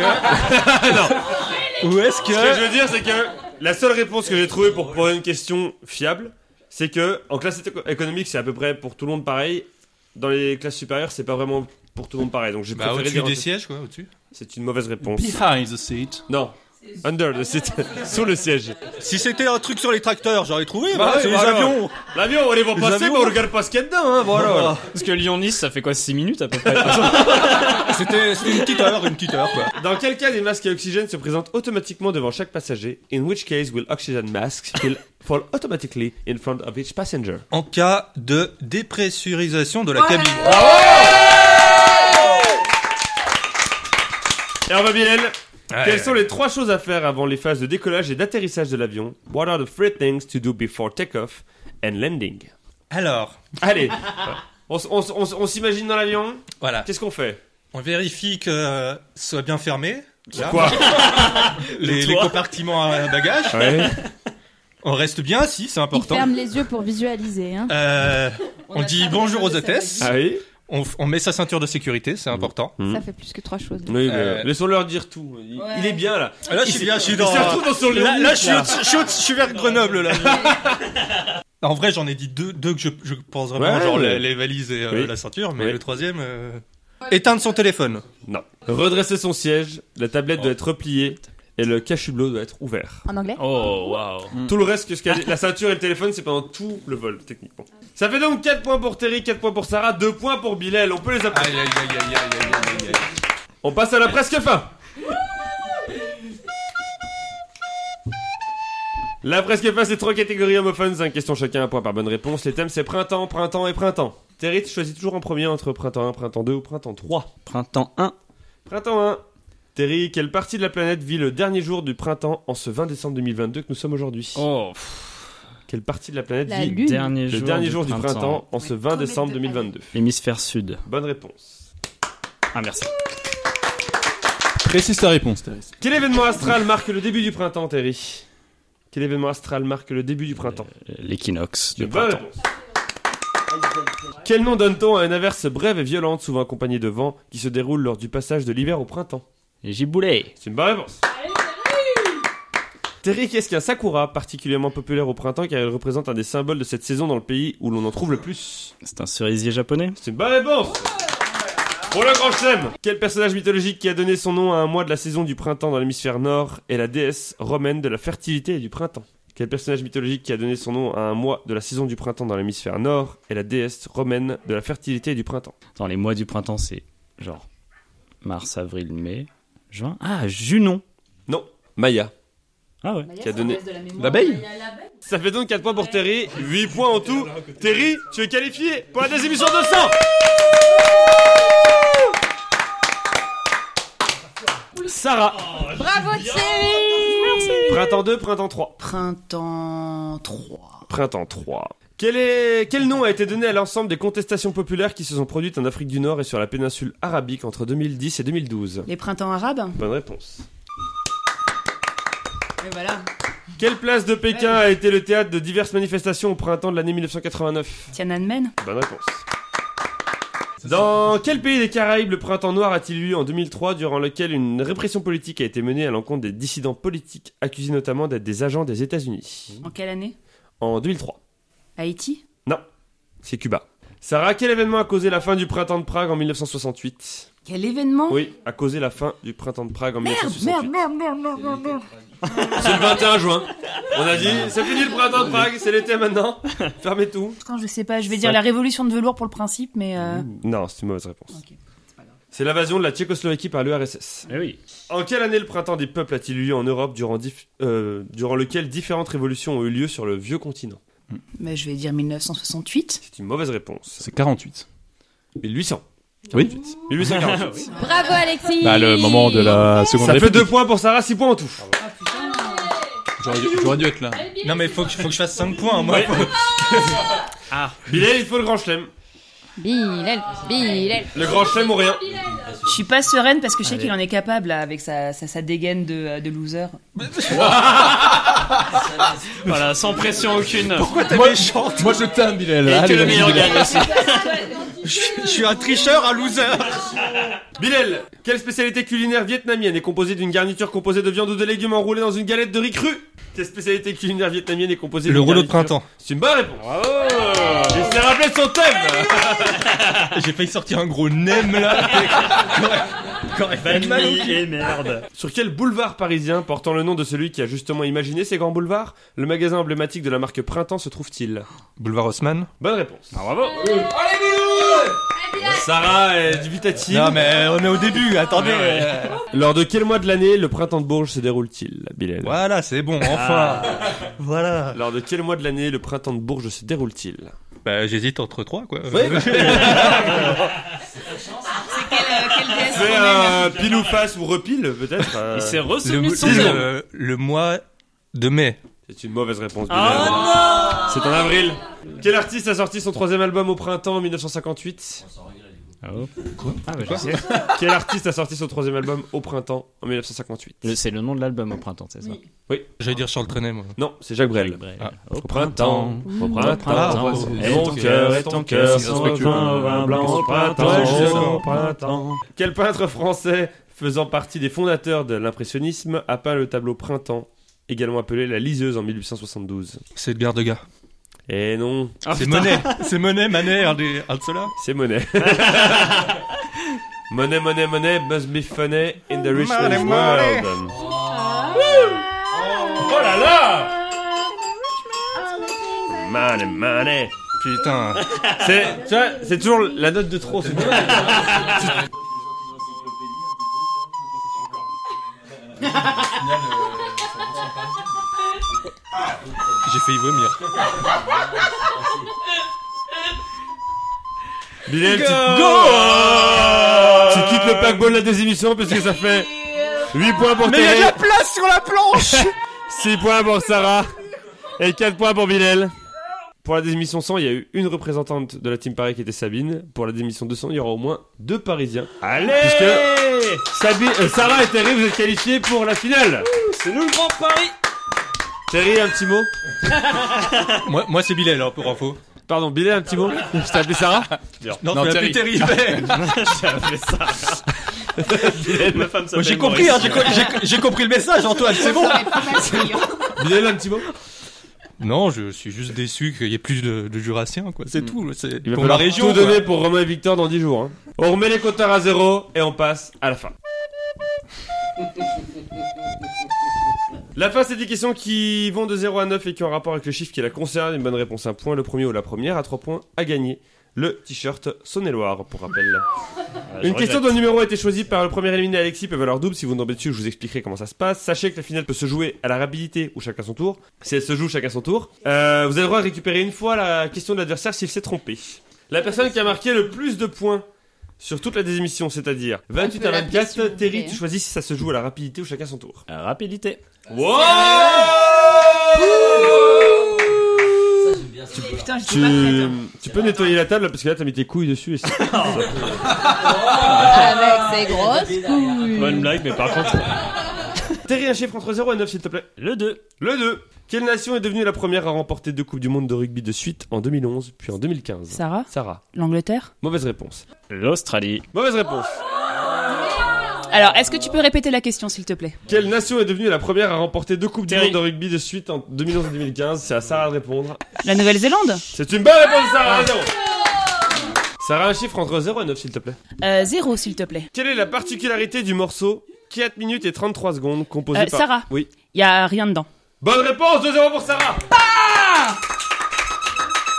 Speaker 2: ou est-ce
Speaker 1: Ce que je
Speaker 2: que,
Speaker 1: veux dire, c'est que la seule réponse que j'ai trouvée pour, pour une question fiable, c'est que en classe éco- économique, c'est à peu près pour tout le monde pareil. Dans les classes supérieures, c'est pas vraiment pour tout le monde pareil. Donc j'ai
Speaker 2: bah,
Speaker 1: préféré
Speaker 2: au-dessus
Speaker 1: dire.
Speaker 2: des sièges quoi, au-dessus.
Speaker 1: C'est une mauvaise réponse.
Speaker 3: Behind the seat.
Speaker 1: Non. Under the seat, sous le siège.
Speaker 2: Si c'était un truc sur les tracteurs, j'aurais trouvé.
Speaker 1: Bah
Speaker 2: voilà,
Speaker 1: ouais,
Speaker 2: c'est
Speaker 1: bah
Speaker 2: les
Speaker 1: alors.
Speaker 2: avions.
Speaker 1: L'avion, on les voit passer,
Speaker 2: avions.
Speaker 1: mais on regarde pas ce qu'il y a dedans, hein, voilà.
Speaker 7: Parce que Lyon-Nice, ça fait quoi 6 minutes à peu près
Speaker 2: C'était c'était une petite heure, une petite heure quoi.
Speaker 1: Dans quel cas des masques à oxygène se présentent automatiquement devant chaque passager In which case will oxygen masks will fall automatically in front of each passenger
Speaker 2: En cas de dépressurisation de la cabine.
Speaker 1: Hervé Bilel,
Speaker 2: Ouais.
Speaker 1: quelles sont les trois choses à faire avant les phases de décollage et d'atterrissage de l'avion What are the three things to do before takeoff and landing
Speaker 2: Alors,
Speaker 1: Allez, on, s- on s- on s- on s'imagine dans l'avion.
Speaker 2: voilà.
Speaker 1: Qu'est-ce qu'on fait
Speaker 2: On vérifie que euh, ce soit bien fermé. là,
Speaker 1: Quoi
Speaker 2: les,
Speaker 7: Le
Speaker 2: les
Speaker 7: toit.
Speaker 2: compartiments à bagages.
Speaker 1: Ouais.
Speaker 2: On reste bien, si, c'est
Speaker 6: Il
Speaker 2: important.
Speaker 6: ferme les yeux pour visualiser. Hein.
Speaker 2: Euh,
Speaker 5: On
Speaker 2: On
Speaker 5: attrape
Speaker 2: dit
Speaker 5: les
Speaker 2: bonjour
Speaker 5: gens
Speaker 2: aux
Speaker 5: de sa
Speaker 2: hôtesses.
Speaker 5: valise.
Speaker 1: Ah oui
Speaker 2: on, f- on met sa ceinture de sécurité, c'est important.
Speaker 1: Hmm.
Speaker 6: Ça fait plus que trois choses.
Speaker 1: Oui, mais
Speaker 2: Euh,
Speaker 1: laissons-leur dire tout. Il,
Speaker 5: Ouais.
Speaker 1: il est bien là.
Speaker 2: Ah, Là, je suis bien, je suis dans.
Speaker 1: Il se retrouve dans son
Speaker 2: Là,
Speaker 1: Léonid,
Speaker 2: là, je suis au- je suis au- je suis vers Grenoble, là. En vrai, j'en ai dit deux, deux que je, je pense vraiment,
Speaker 1: Ouais,
Speaker 2: genre
Speaker 1: ouais.
Speaker 2: les, les valises et euh,
Speaker 1: Oui.
Speaker 2: la ceinture, mais
Speaker 1: Oui.
Speaker 2: le troisième. euh, Éteindre son téléphone.
Speaker 1: Non. Redresser son siège, la tablette
Speaker 2: Oh.
Speaker 1: doit être repliée et le cachublot doit être ouvert. Mm.
Speaker 6: En anglais
Speaker 7: Oh, waouh.
Speaker 1: Tout le reste, que ce qu'a dit- la ceinture et le téléphone, c'est pendant tout le vol, techniquement. Ça fait donc 4 points pour Terry, 4 points pour Sarah, 2 points pour Bilal. On peut les applaudir.
Speaker 2: Aïe, aïe, aïe, aïe, aïe, aïe, aïe, aïe.
Speaker 1: On passe à la presque fin. La presque fin, c'est trois catégories homophones, 5 questions chacun, un point par bonne réponse. Les thèmes, c'est printemps, printemps et printemps. Terry, tu choisis toujours en premier entre printemps 1, printemps 2 ou printemps 3.
Speaker 7: Printemps 1.
Speaker 1: Printemps 1. Terry, quelle partie de la planète vit le dernier jour du printemps en ce 20 décembre 2022 que nous sommes aujourd'hui
Speaker 7: Oh, pff,
Speaker 1: Quelle partie de la planète
Speaker 6: La
Speaker 1: vit
Speaker 6: Lune.
Speaker 7: dernier
Speaker 1: le
Speaker 7: jour.
Speaker 1: dernier
Speaker 7: du
Speaker 1: jour du printemps, en ce
Speaker 5: Ouais,
Speaker 1: 20
Speaker 5: comète
Speaker 1: décembre
Speaker 5: de
Speaker 1: 2022
Speaker 7: Hémisphère sud.
Speaker 1: Bonne réponse.
Speaker 7: Ah, merci.
Speaker 3: Précise ta réponse, Thérèse.
Speaker 1: Quel événement astral marque le début du printemps, Terry Quel événement astral marque le début du printemps
Speaker 7: Euh, L'équinoxe du
Speaker 1: Bonne
Speaker 7: printemps.
Speaker 1: réponse. Quel nom donne-t-on à une averse brève et violente, souvent accompagnée de vent, qui se déroule lors du passage de l'hiver au printemps
Speaker 7: Les giboulets.
Speaker 1: C'est une bonne réponse. Terry, qu'est-ce qu'un sakura, particulièrement populaire au printemps, car il représente un des symboles de cette saison dans le pays où l'on en trouve le plus
Speaker 7: C'est un cerisier japonais.
Speaker 1: C'est une bonne réponse Pour le grand chelem Quel personnage mythologique qui a donné son nom à un mois de la saison du printemps dans l'hémisphère nord est la déesse romaine de la fertilité et du printemps Quel personnage mythologique qui a donné son nom à un mois de la saison du printemps dans l'hémisphère nord est la déesse romaine de la fertilité et du printemps
Speaker 7: Dans les mois du printemps, c'est genre mars, avril, mai, juin. Ah, Junon.
Speaker 1: Non, Maya.
Speaker 7: Ah ouais.
Speaker 1: Qui a donné-
Speaker 3: L'abeille
Speaker 1: Ça fait donc 4 points pour Terry, 8 points en tout. Terry, tu es qualifié pour la deuxième émission 200 Sarah,
Speaker 6: Bravo Thierry
Speaker 1: printemps 2, printemps 3.
Speaker 5: Printemps 3.
Speaker 1: Printemps 3. Quel, est... Quel nom a été donné à l'ensemble des contestations populaires qui se sont produites en Afrique du Nord et sur la péninsule arabique entre 2010 et 2012
Speaker 5: Les printemps arabes
Speaker 1: Bonne réponse.
Speaker 5: Et voilà.
Speaker 1: Quelle place de Pékin a été le théâtre de diverses manifestations au printemps de l'année 1989
Speaker 5: Tiananmen
Speaker 1: Bonne réponse. Dans quel pays des Caraïbes le printemps noir a-t-il eu lieu en 2003 durant lequel une répression politique a été menée à l'encontre des dissidents politiques accusés notamment d'être des agents des États-Unis
Speaker 5: En quelle année
Speaker 1: En 2003,
Speaker 5: Haïti
Speaker 1: c'est Cuba. Sarah, quel événement a causé la fin du printemps de Prague en 1968
Speaker 5: Quel événement
Speaker 1: Oui, a causé la fin du printemps de Prague en
Speaker 5: Mmh. Merde,
Speaker 1: 1968.
Speaker 5: merde, merde, merde, merde, merde, merde.
Speaker 1: C'est le 21 juin. On a dit,
Speaker 5: Mmh.
Speaker 1: c'est fini le printemps de Prague, c'est l'été maintenant. Fermez tout.
Speaker 5: Putain, je sais pas, je vais dire la révolution de velours pour le principe, mais. euh,
Speaker 1: Non, c'est une mauvaise réponse.
Speaker 5: Ok, c'est pas grave.
Speaker 1: C'est l'invasion de la Tchécoslovaquie par l'URSS.
Speaker 7: Eh oui.
Speaker 1: En quelle année le printemps des peuples a-t-il eu lieu en Europe durant, dif- euh, durant lequel différentes révolutions ont eu lieu sur le vieux continent
Speaker 5: Mais je vais dire 1968.
Speaker 1: C'est une mauvaise réponse.
Speaker 3: C'est 48.
Speaker 1: 1800.
Speaker 3: Oui.
Speaker 1: 1848.
Speaker 6: Bravo Alexis
Speaker 3: Bah, le moment de la seconde
Speaker 1: Ça fait
Speaker 3: République.
Speaker 1: deux points pour Sarah, 6 points en tout.
Speaker 3: J'aurais dû, j'aurais dû être là.
Speaker 2: Non, mais faut que, faut que je fasse 5 points, moi.
Speaker 1: Bilal, il faut le grand chelem.
Speaker 6: Bilal, Bilal.
Speaker 1: Le grand chelem ou rien.
Speaker 5: Je suis pas sereine parce que je sais qu'il en est capable là, avec sa, sa, sa dégaine de, euh, de loser.
Speaker 7: Voilà, sans pression aucune.
Speaker 2: Pourquoi t'es
Speaker 3: Moi-
Speaker 2: méchant
Speaker 3: Moi, je t'aime, Bilal.
Speaker 7: Et
Speaker 3: Allez,
Speaker 7: que le
Speaker 3: vas-y,
Speaker 7: meilleur
Speaker 3: Bilal.
Speaker 5: Ah,
Speaker 7: gagne aussi.
Speaker 2: Je suis un tricheur, un loser.
Speaker 1: Bilal, quelle spécialité culinaire vietnamienne est composée d'une garniture composée de viande ou de légumes enroulés dans une galette de riz cru Quelle spécialité culinaire vietnamienne est composée
Speaker 2: Le
Speaker 1: d'une
Speaker 2: rouleau de
Speaker 1: garniture-
Speaker 2: printemps.
Speaker 1: C'est une bonne réponse. Il s'est rappelé de son thème.
Speaker 2: J'ai failli sortir un gros nem là. Quand elle va être mal.
Speaker 7: Vanille et merde.
Speaker 1: Sur quel boulevard parisien portant le nom de celui qui a justement imaginé ces grands boulevards, le magasin emblématique de la marque Printemps se trouve-t-il
Speaker 2: Boulevard Haussmann.
Speaker 1: Bonne réponse.
Speaker 7: bravo.
Speaker 1: Sarah est dubitative.
Speaker 2: Non, mais on est au début, attendez.
Speaker 1: Lors de quel mois de l'année le printemps de Bourges se déroule-t-il, Bilal
Speaker 2: Voilà, c'est bon, enfin. Ah, Voilà.
Speaker 1: Lors de quel mois de l'année le printemps de Bourges se déroule-t-il
Speaker 2: Bah, j'hésite entre trois, quoi.
Speaker 5: C'est quelle, euh, quelle déesse
Speaker 1: C'est
Speaker 5: romaine
Speaker 1: euh, pile ou face ou repile, peut-être euh,
Speaker 7: Il s'est
Speaker 2: le,
Speaker 7: ressoumis de son
Speaker 2: le-
Speaker 7: jeu.
Speaker 2: le- le mois de mai.
Speaker 1: C'est C'est une mauvaise réponse.
Speaker 7: Oh
Speaker 1: Bilal.
Speaker 7: non
Speaker 1: C'est en avril. Quel artiste a sorti son troisième album au printemps 1958
Speaker 7: Ah, bah, je sais.
Speaker 1: Quel artiste a sorti son troisième album au printemps en 1958
Speaker 7: Le- C'est le nom de l'album au printemps, c'est ça
Speaker 5: Oui.
Speaker 2: J'allais dire Charles Trenet, moi.
Speaker 1: Non, c'est Jacques Brel.
Speaker 7: Brel.
Speaker 2: Ah.
Speaker 7: Au
Speaker 1: Printemps, au
Speaker 7: printemps,
Speaker 1: printemps,
Speaker 7: au
Speaker 1: et mon cœur, et ton cœur,
Speaker 7: c'est
Speaker 1: sans vin, vin blanc, au
Speaker 7: Ouais,
Speaker 1: printemps,
Speaker 7: je sais.
Speaker 1: au printemps. Quel peintre français faisant partie des fondateurs de l'impressionnisme a peint le tableau Printemps, également appelé la liseuse en 1872
Speaker 2: C'est Edgar Degas.
Speaker 1: Eh non,
Speaker 7: Ah,
Speaker 2: c'est
Speaker 7: putain.
Speaker 2: Monet. C'est Monet, Manet, un, des, un de ceux-là.
Speaker 1: c'est Monet. Monet, Monet, Monet, must be funny in the rich
Speaker 2: Monet,
Speaker 1: man's
Speaker 2: Monet.
Speaker 1: world. Oh là là Money, money.
Speaker 2: Putain.
Speaker 1: C'est, tu vois, c'est toujours la note de trop. c'est-
Speaker 2: J'ai failli vomir.
Speaker 1: Bilal, tu... Go tu quittes le paquebot de la désémission parce que ça fait 8 points pour Terry,
Speaker 2: place sur la planche
Speaker 1: 6 points pour Sarah et 4 points pour Bilal. Pour la désémission 100, il y a eu une représentante de la Team Paris qui était Sabine. Pour la désémission 200, il y aura au moins deux Parisiens. Allez Sabi- euh, Sarah et Terry, vous êtes qualifiés pour la finale.
Speaker 7: C'est nous le grand Paris
Speaker 1: Terry, un petit mot
Speaker 2: Moi, moi c'est Bilal, alors, pour info.
Speaker 1: Pardon, Bilal, un petit mot Je t'ai appelé Sarah
Speaker 2: Non,
Speaker 3: Non,
Speaker 2: tu
Speaker 3: Terry.
Speaker 2: l'as Terry. mais-
Speaker 7: Ma femme
Speaker 2: Moi,
Speaker 7: s'appelle
Speaker 2: J'ai compris, hein,
Speaker 7: Maurice.
Speaker 2: j'ai co- j'ai- j'ai compris le message, Antoine, c'est bon
Speaker 5: Ça va être pas mal, client.
Speaker 1: Bilal, un petit mot
Speaker 2: Non, je suis juste déçu qu'il y ait plus de, de Jurassiens, quoi. C'est tout. C'est
Speaker 1: Il va
Speaker 2: pour
Speaker 1: falloir
Speaker 2: ma région.
Speaker 1: tout
Speaker 2: quoi.
Speaker 1: donner pour Romain et Victor dans 10 jours. hein. On remet les compteurs à zéro et on passe à la fin. La fin, c'est des questions qui vont de 0 à 9 et qui ont rapport avec le chiffre qui la concerne. Une bonne réponse, un point. Le premier ou la première à 3 points à gagner. Le t-shirt Saône-et-Loire, pour rappel.
Speaker 7: Ah, je
Speaker 1: Une question
Speaker 7: regrette.
Speaker 1: dont le numéro a été choisi par le premier éliminé Alexis peut valoir double. Si vous tombez dessus, je vous expliquerai comment ça se passe. Sachez que la finale peut se jouer à la rapidité ou chacun son tour. Si elle se joue chacun son tour, euh, vous avez le droit de récupérer une fois la question de l'adversaire s'il s'est trompé. La personne qui a marqué le plus de points sur toute la désémission, c'est-à-dire 28
Speaker 6: peut
Speaker 1: à
Speaker 6: l'appeler si vous
Speaker 1: 24, Terry,
Speaker 6: voulez,
Speaker 1: tu choisis si ça se joue à la rapidité ou chacun son tour.
Speaker 7: Euh, Rapidité.
Speaker 5: Putain, j'étais
Speaker 1: Tu,
Speaker 5: pas prête. hein.
Speaker 1: tu peux nettoyer la table parce que là t'as mis tes couilles dessus. Et c'est-
Speaker 6: Ah. Avec ses grosses couilles.
Speaker 7: Bonne blague, mais par contre,
Speaker 1: Terry, un chiffre entre 0 et 9 s'il te plaît.
Speaker 7: le 2.
Speaker 1: Le 2. Quelle nation est devenue la première à remporter deux Coupes du Monde de rugby de suite en 2011 puis en 2015
Speaker 5: Sarah
Speaker 1: Sarah.
Speaker 5: L'Angleterre
Speaker 1: Mauvaise réponse.
Speaker 7: L'Australie.
Speaker 1: Mauvaise réponse.
Speaker 5: Alors, est-ce que tu peux répéter la question, s'il te plaît
Speaker 1: Quelle nation est devenue la première à remporter deux Coupes
Speaker 7: Terry.
Speaker 1: du Monde de rugby de suite en 2011 et 2015 C'est à Sarah de répondre.
Speaker 5: La Nouvelle-Zélande
Speaker 1: C'est une bonne réponse, Sarah à zéro. Sarah, un chiffre entre 0 et 9, s'il te plaît.
Speaker 5: Euh, Zéro, s'il te plaît.
Speaker 1: Quelle est la particularité du morceau 4 minutes et 33 secondes composé
Speaker 5: Euh,
Speaker 1: par...
Speaker 5: Sarah.
Speaker 1: Oui.
Speaker 5: Il y a rien dedans.
Speaker 1: Bonne réponse, 2-0 pour Sarah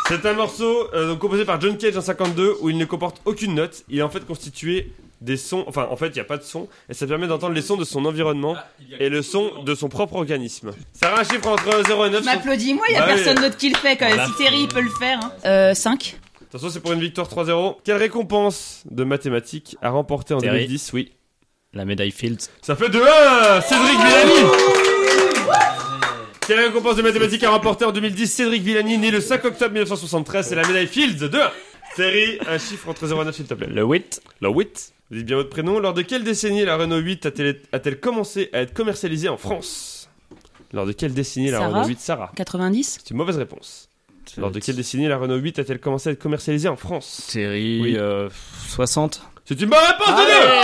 Speaker 1: C'est un morceau euh, donc composé par John Cage en 52 où il ne comporte aucune note. Il est en fait constitué des sons, enfin en fait il n'y a pas de son et ça permet d'entendre les sons de son environnement et le son de son propre organisme. Sarah, un chiffre entre 0 et 9. De
Speaker 5: M'applaudis, moi, il y a
Speaker 1: Bah oui.
Speaker 5: personne d'autre qui le fait quand même.
Speaker 7: Voilà.
Speaker 5: Si Terry il peut le faire. hein. Euh, 5.
Speaker 1: toute façon c'est pour une victoire 3-0. Quelle récompense de mathématiques a remporté en
Speaker 7: Terry.
Speaker 1: 2010 Oui.
Speaker 7: La médaille Fields.
Speaker 1: Ça fait 2-1 Cédric Villani Quelle récompense de mathématiques a remporté en 2010 Cédric Villani, né le 5 octobre 1973, c'est la médaille Fields 2 Série, un chiffre entre 0 et 9, s'il te plaît.
Speaker 7: Le 8.
Speaker 1: La 8. Vous dites bien votre prénom. Lors de quelle décennie la Renault 8 a-t-elle a-t-elle commencé à être commercialisée en France Lors de quelle décennie la
Speaker 5: Sarah
Speaker 1: Renault 8 Sarah
Speaker 5: 90.
Speaker 1: C'est une mauvaise réponse. Lors de quelle décennie la Renault 8 a-t-elle commencé à être commercialisée en France
Speaker 7: Terry.
Speaker 1: Oui.
Speaker 7: euh, 60.
Speaker 1: C'est une bonne réponse de deux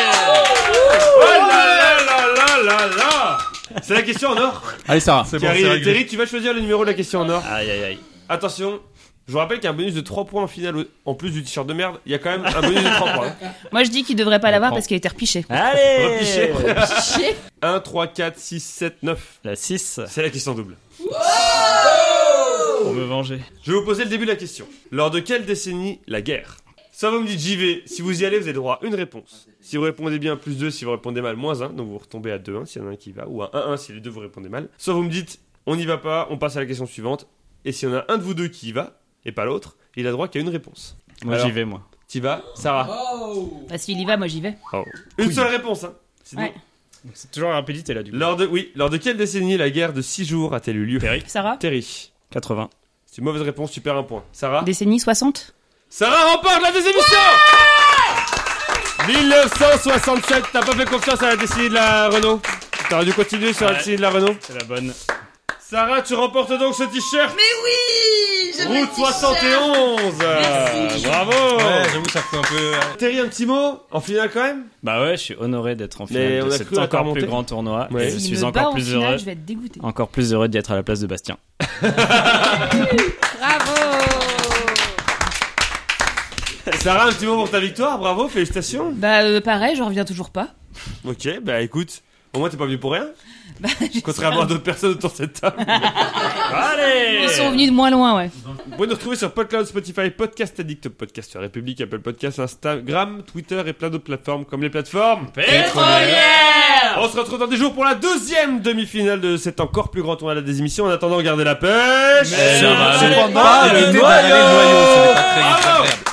Speaker 1: Oh là là là là là là C'est la question en or
Speaker 3: Allez, Sarah.
Speaker 2: C'est bon,
Speaker 1: Thierry,
Speaker 2: c'est réglé.
Speaker 1: Thierry, tu vas choisir le numéro de la question en or.
Speaker 7: Aïe aïe aïe.
Speaker 1: Attention, je vous rappelle qu'il y a un bonus de 3 points en finale en plus du t-shirt de merde. Il y a quand même un bonus de 3 points.
Speaker 5: Moi, je dis qu'il devrait pas l'avoir
Speaker 7: prend.
Speaker 5: parce qu'il était repiché.
Speaker 7: Allez
Speaker 1: Repiché.
Speaker 6: Chier.
Speaker 1: 1, 3, 4, 6, 7, 9.
Speaker 7: La 6.
Speaker 1: C'est la question double.
Speaker 7: Pour me venger.
Speaker 1: Je vais vous poser le début de la question. Lors de quelle décennie la guerre Soit vous me dites j'y vais, si vous y allez, vous avez le droit à une réponse. Si vous répondez bien, plus 2, si vous répondez mal, moins 1, donc vous retombez à 2-1 s'il y en a un qui va, ou à 1-1 si les deux vous répondez mal. Soit vous me dites on n'y va pas, on passe à la question suivante, et s'il y en a un de vous deux qui y va, et pas l'autre, il a droit qu'à une réponse.
Speaker 7: Moi
Speaker 1: Alors.
Speaker 7: j'y vais moi.
Speaker 1: T'y vas, Sarah
Speaker 5: Bah, s'il y va, moi, j'y vais.
Speaker 1: Une seule réponse, hein. Sinon,
Speaker 5: Ouais.
Speaker 7: Donc c'est toujours la rapidité là du coup.
Speaker 1: Lors de, oui, lors de quelle décennie la guerre de 6 jours a-t-elle eu lieu
Speaker 7: Eric
Speaker 5: Sarah
Speaker 1: Terry.
Speaker 7: 80.
Speaker 1: C'est une mauvaise réponse, tu perds un point.
Speaker 7: Ah.
Speaker 1: Sarah
Speaker 5: Décennie 60
Speaker 1: Sarah remporte la deuxième émission 1967, t'as pas fait confiance à la décennie de la Renault T'aurais dû continuer sur la
Speaker 7: Ouais.
Speaker 1: décennie de la Renault
Speaker 7: C'est la bonne.
Speaker 1: Sarah, tu remportes donc ce t-shirt
Speaker 5: Mais oui je
Speaker 1: Route 71
Speaker 5: Merci.
Speaker 1: Bravo
Speaker 2: Ouais, j'avoue, ça fait un peu. euh,
Speaker 1: Terry, un petit mot En finale quand même
Speaker 7: Bah ouais, je suis honoré d'être en
Speaker 1: Mais
Speaker 7: finale
Speaker 1: on
Speaker 7: de
Speaker 1: a
Speaker 7: cet
Speaker 1: cru à
Speaker 7: encore
Speaker 1: remonter.
Speaker 7: plus grand tournoi.
Speaker 1: Ouais.
Speaker 7: Et je
Speaker 5: S'il
Speaker 7: suis
Speaker 5: me bat
Speaker 7: encore
Speaker 5: en
Speaker 7: plus
Speaker 5: finale,
Speaker 7: heureux,
Speaker 5: Je vais être dégoûtée.
Speaker 7: encore plus heureux d'y être à la place de Bastien.
Speaker 6: Bravo
Speaker 1: Sarah, un petit mot pour ta victoire, bravo, félicitations
Speaker 5: Bah euh, pareil, je reviens toujours pas.
Speaker 1: Ok, bah écoute, au moins t'es pas venu pour rien,
Speaker 5: Bah, j'espère.
Speaker 1: contrairement à d'autres personnes autour de cette table.
Speaker 7: Allez
Speaker 5: Ils sont venus de moins loin, ouais.
Speaker 1: Vous pouvez nous retrouver sur PodCloud, Spotify, Podcast Addict, Podcast République, Apple Podcast, Instagram, Twitter et plein d'autres plateformes comme les plateformes. On se retrouve dans des jours pour la deuxième demi-finale de cet encore plus grand tournoi des émissions. En attendant, gardez la pêche.
Speaker 2: Eh, ça va,
Speaker 1: Allez,
Speaker 2: je
Speaker 1: allez,
Speaker 2: prends pas le
Speaker 1: allez,
Speaker 2: noyau. Ah,
Speaker 1: noyau.
Speaker 2: Ce n'est pas très
Speaker 1: Bravo.
Speaker 2: agréable.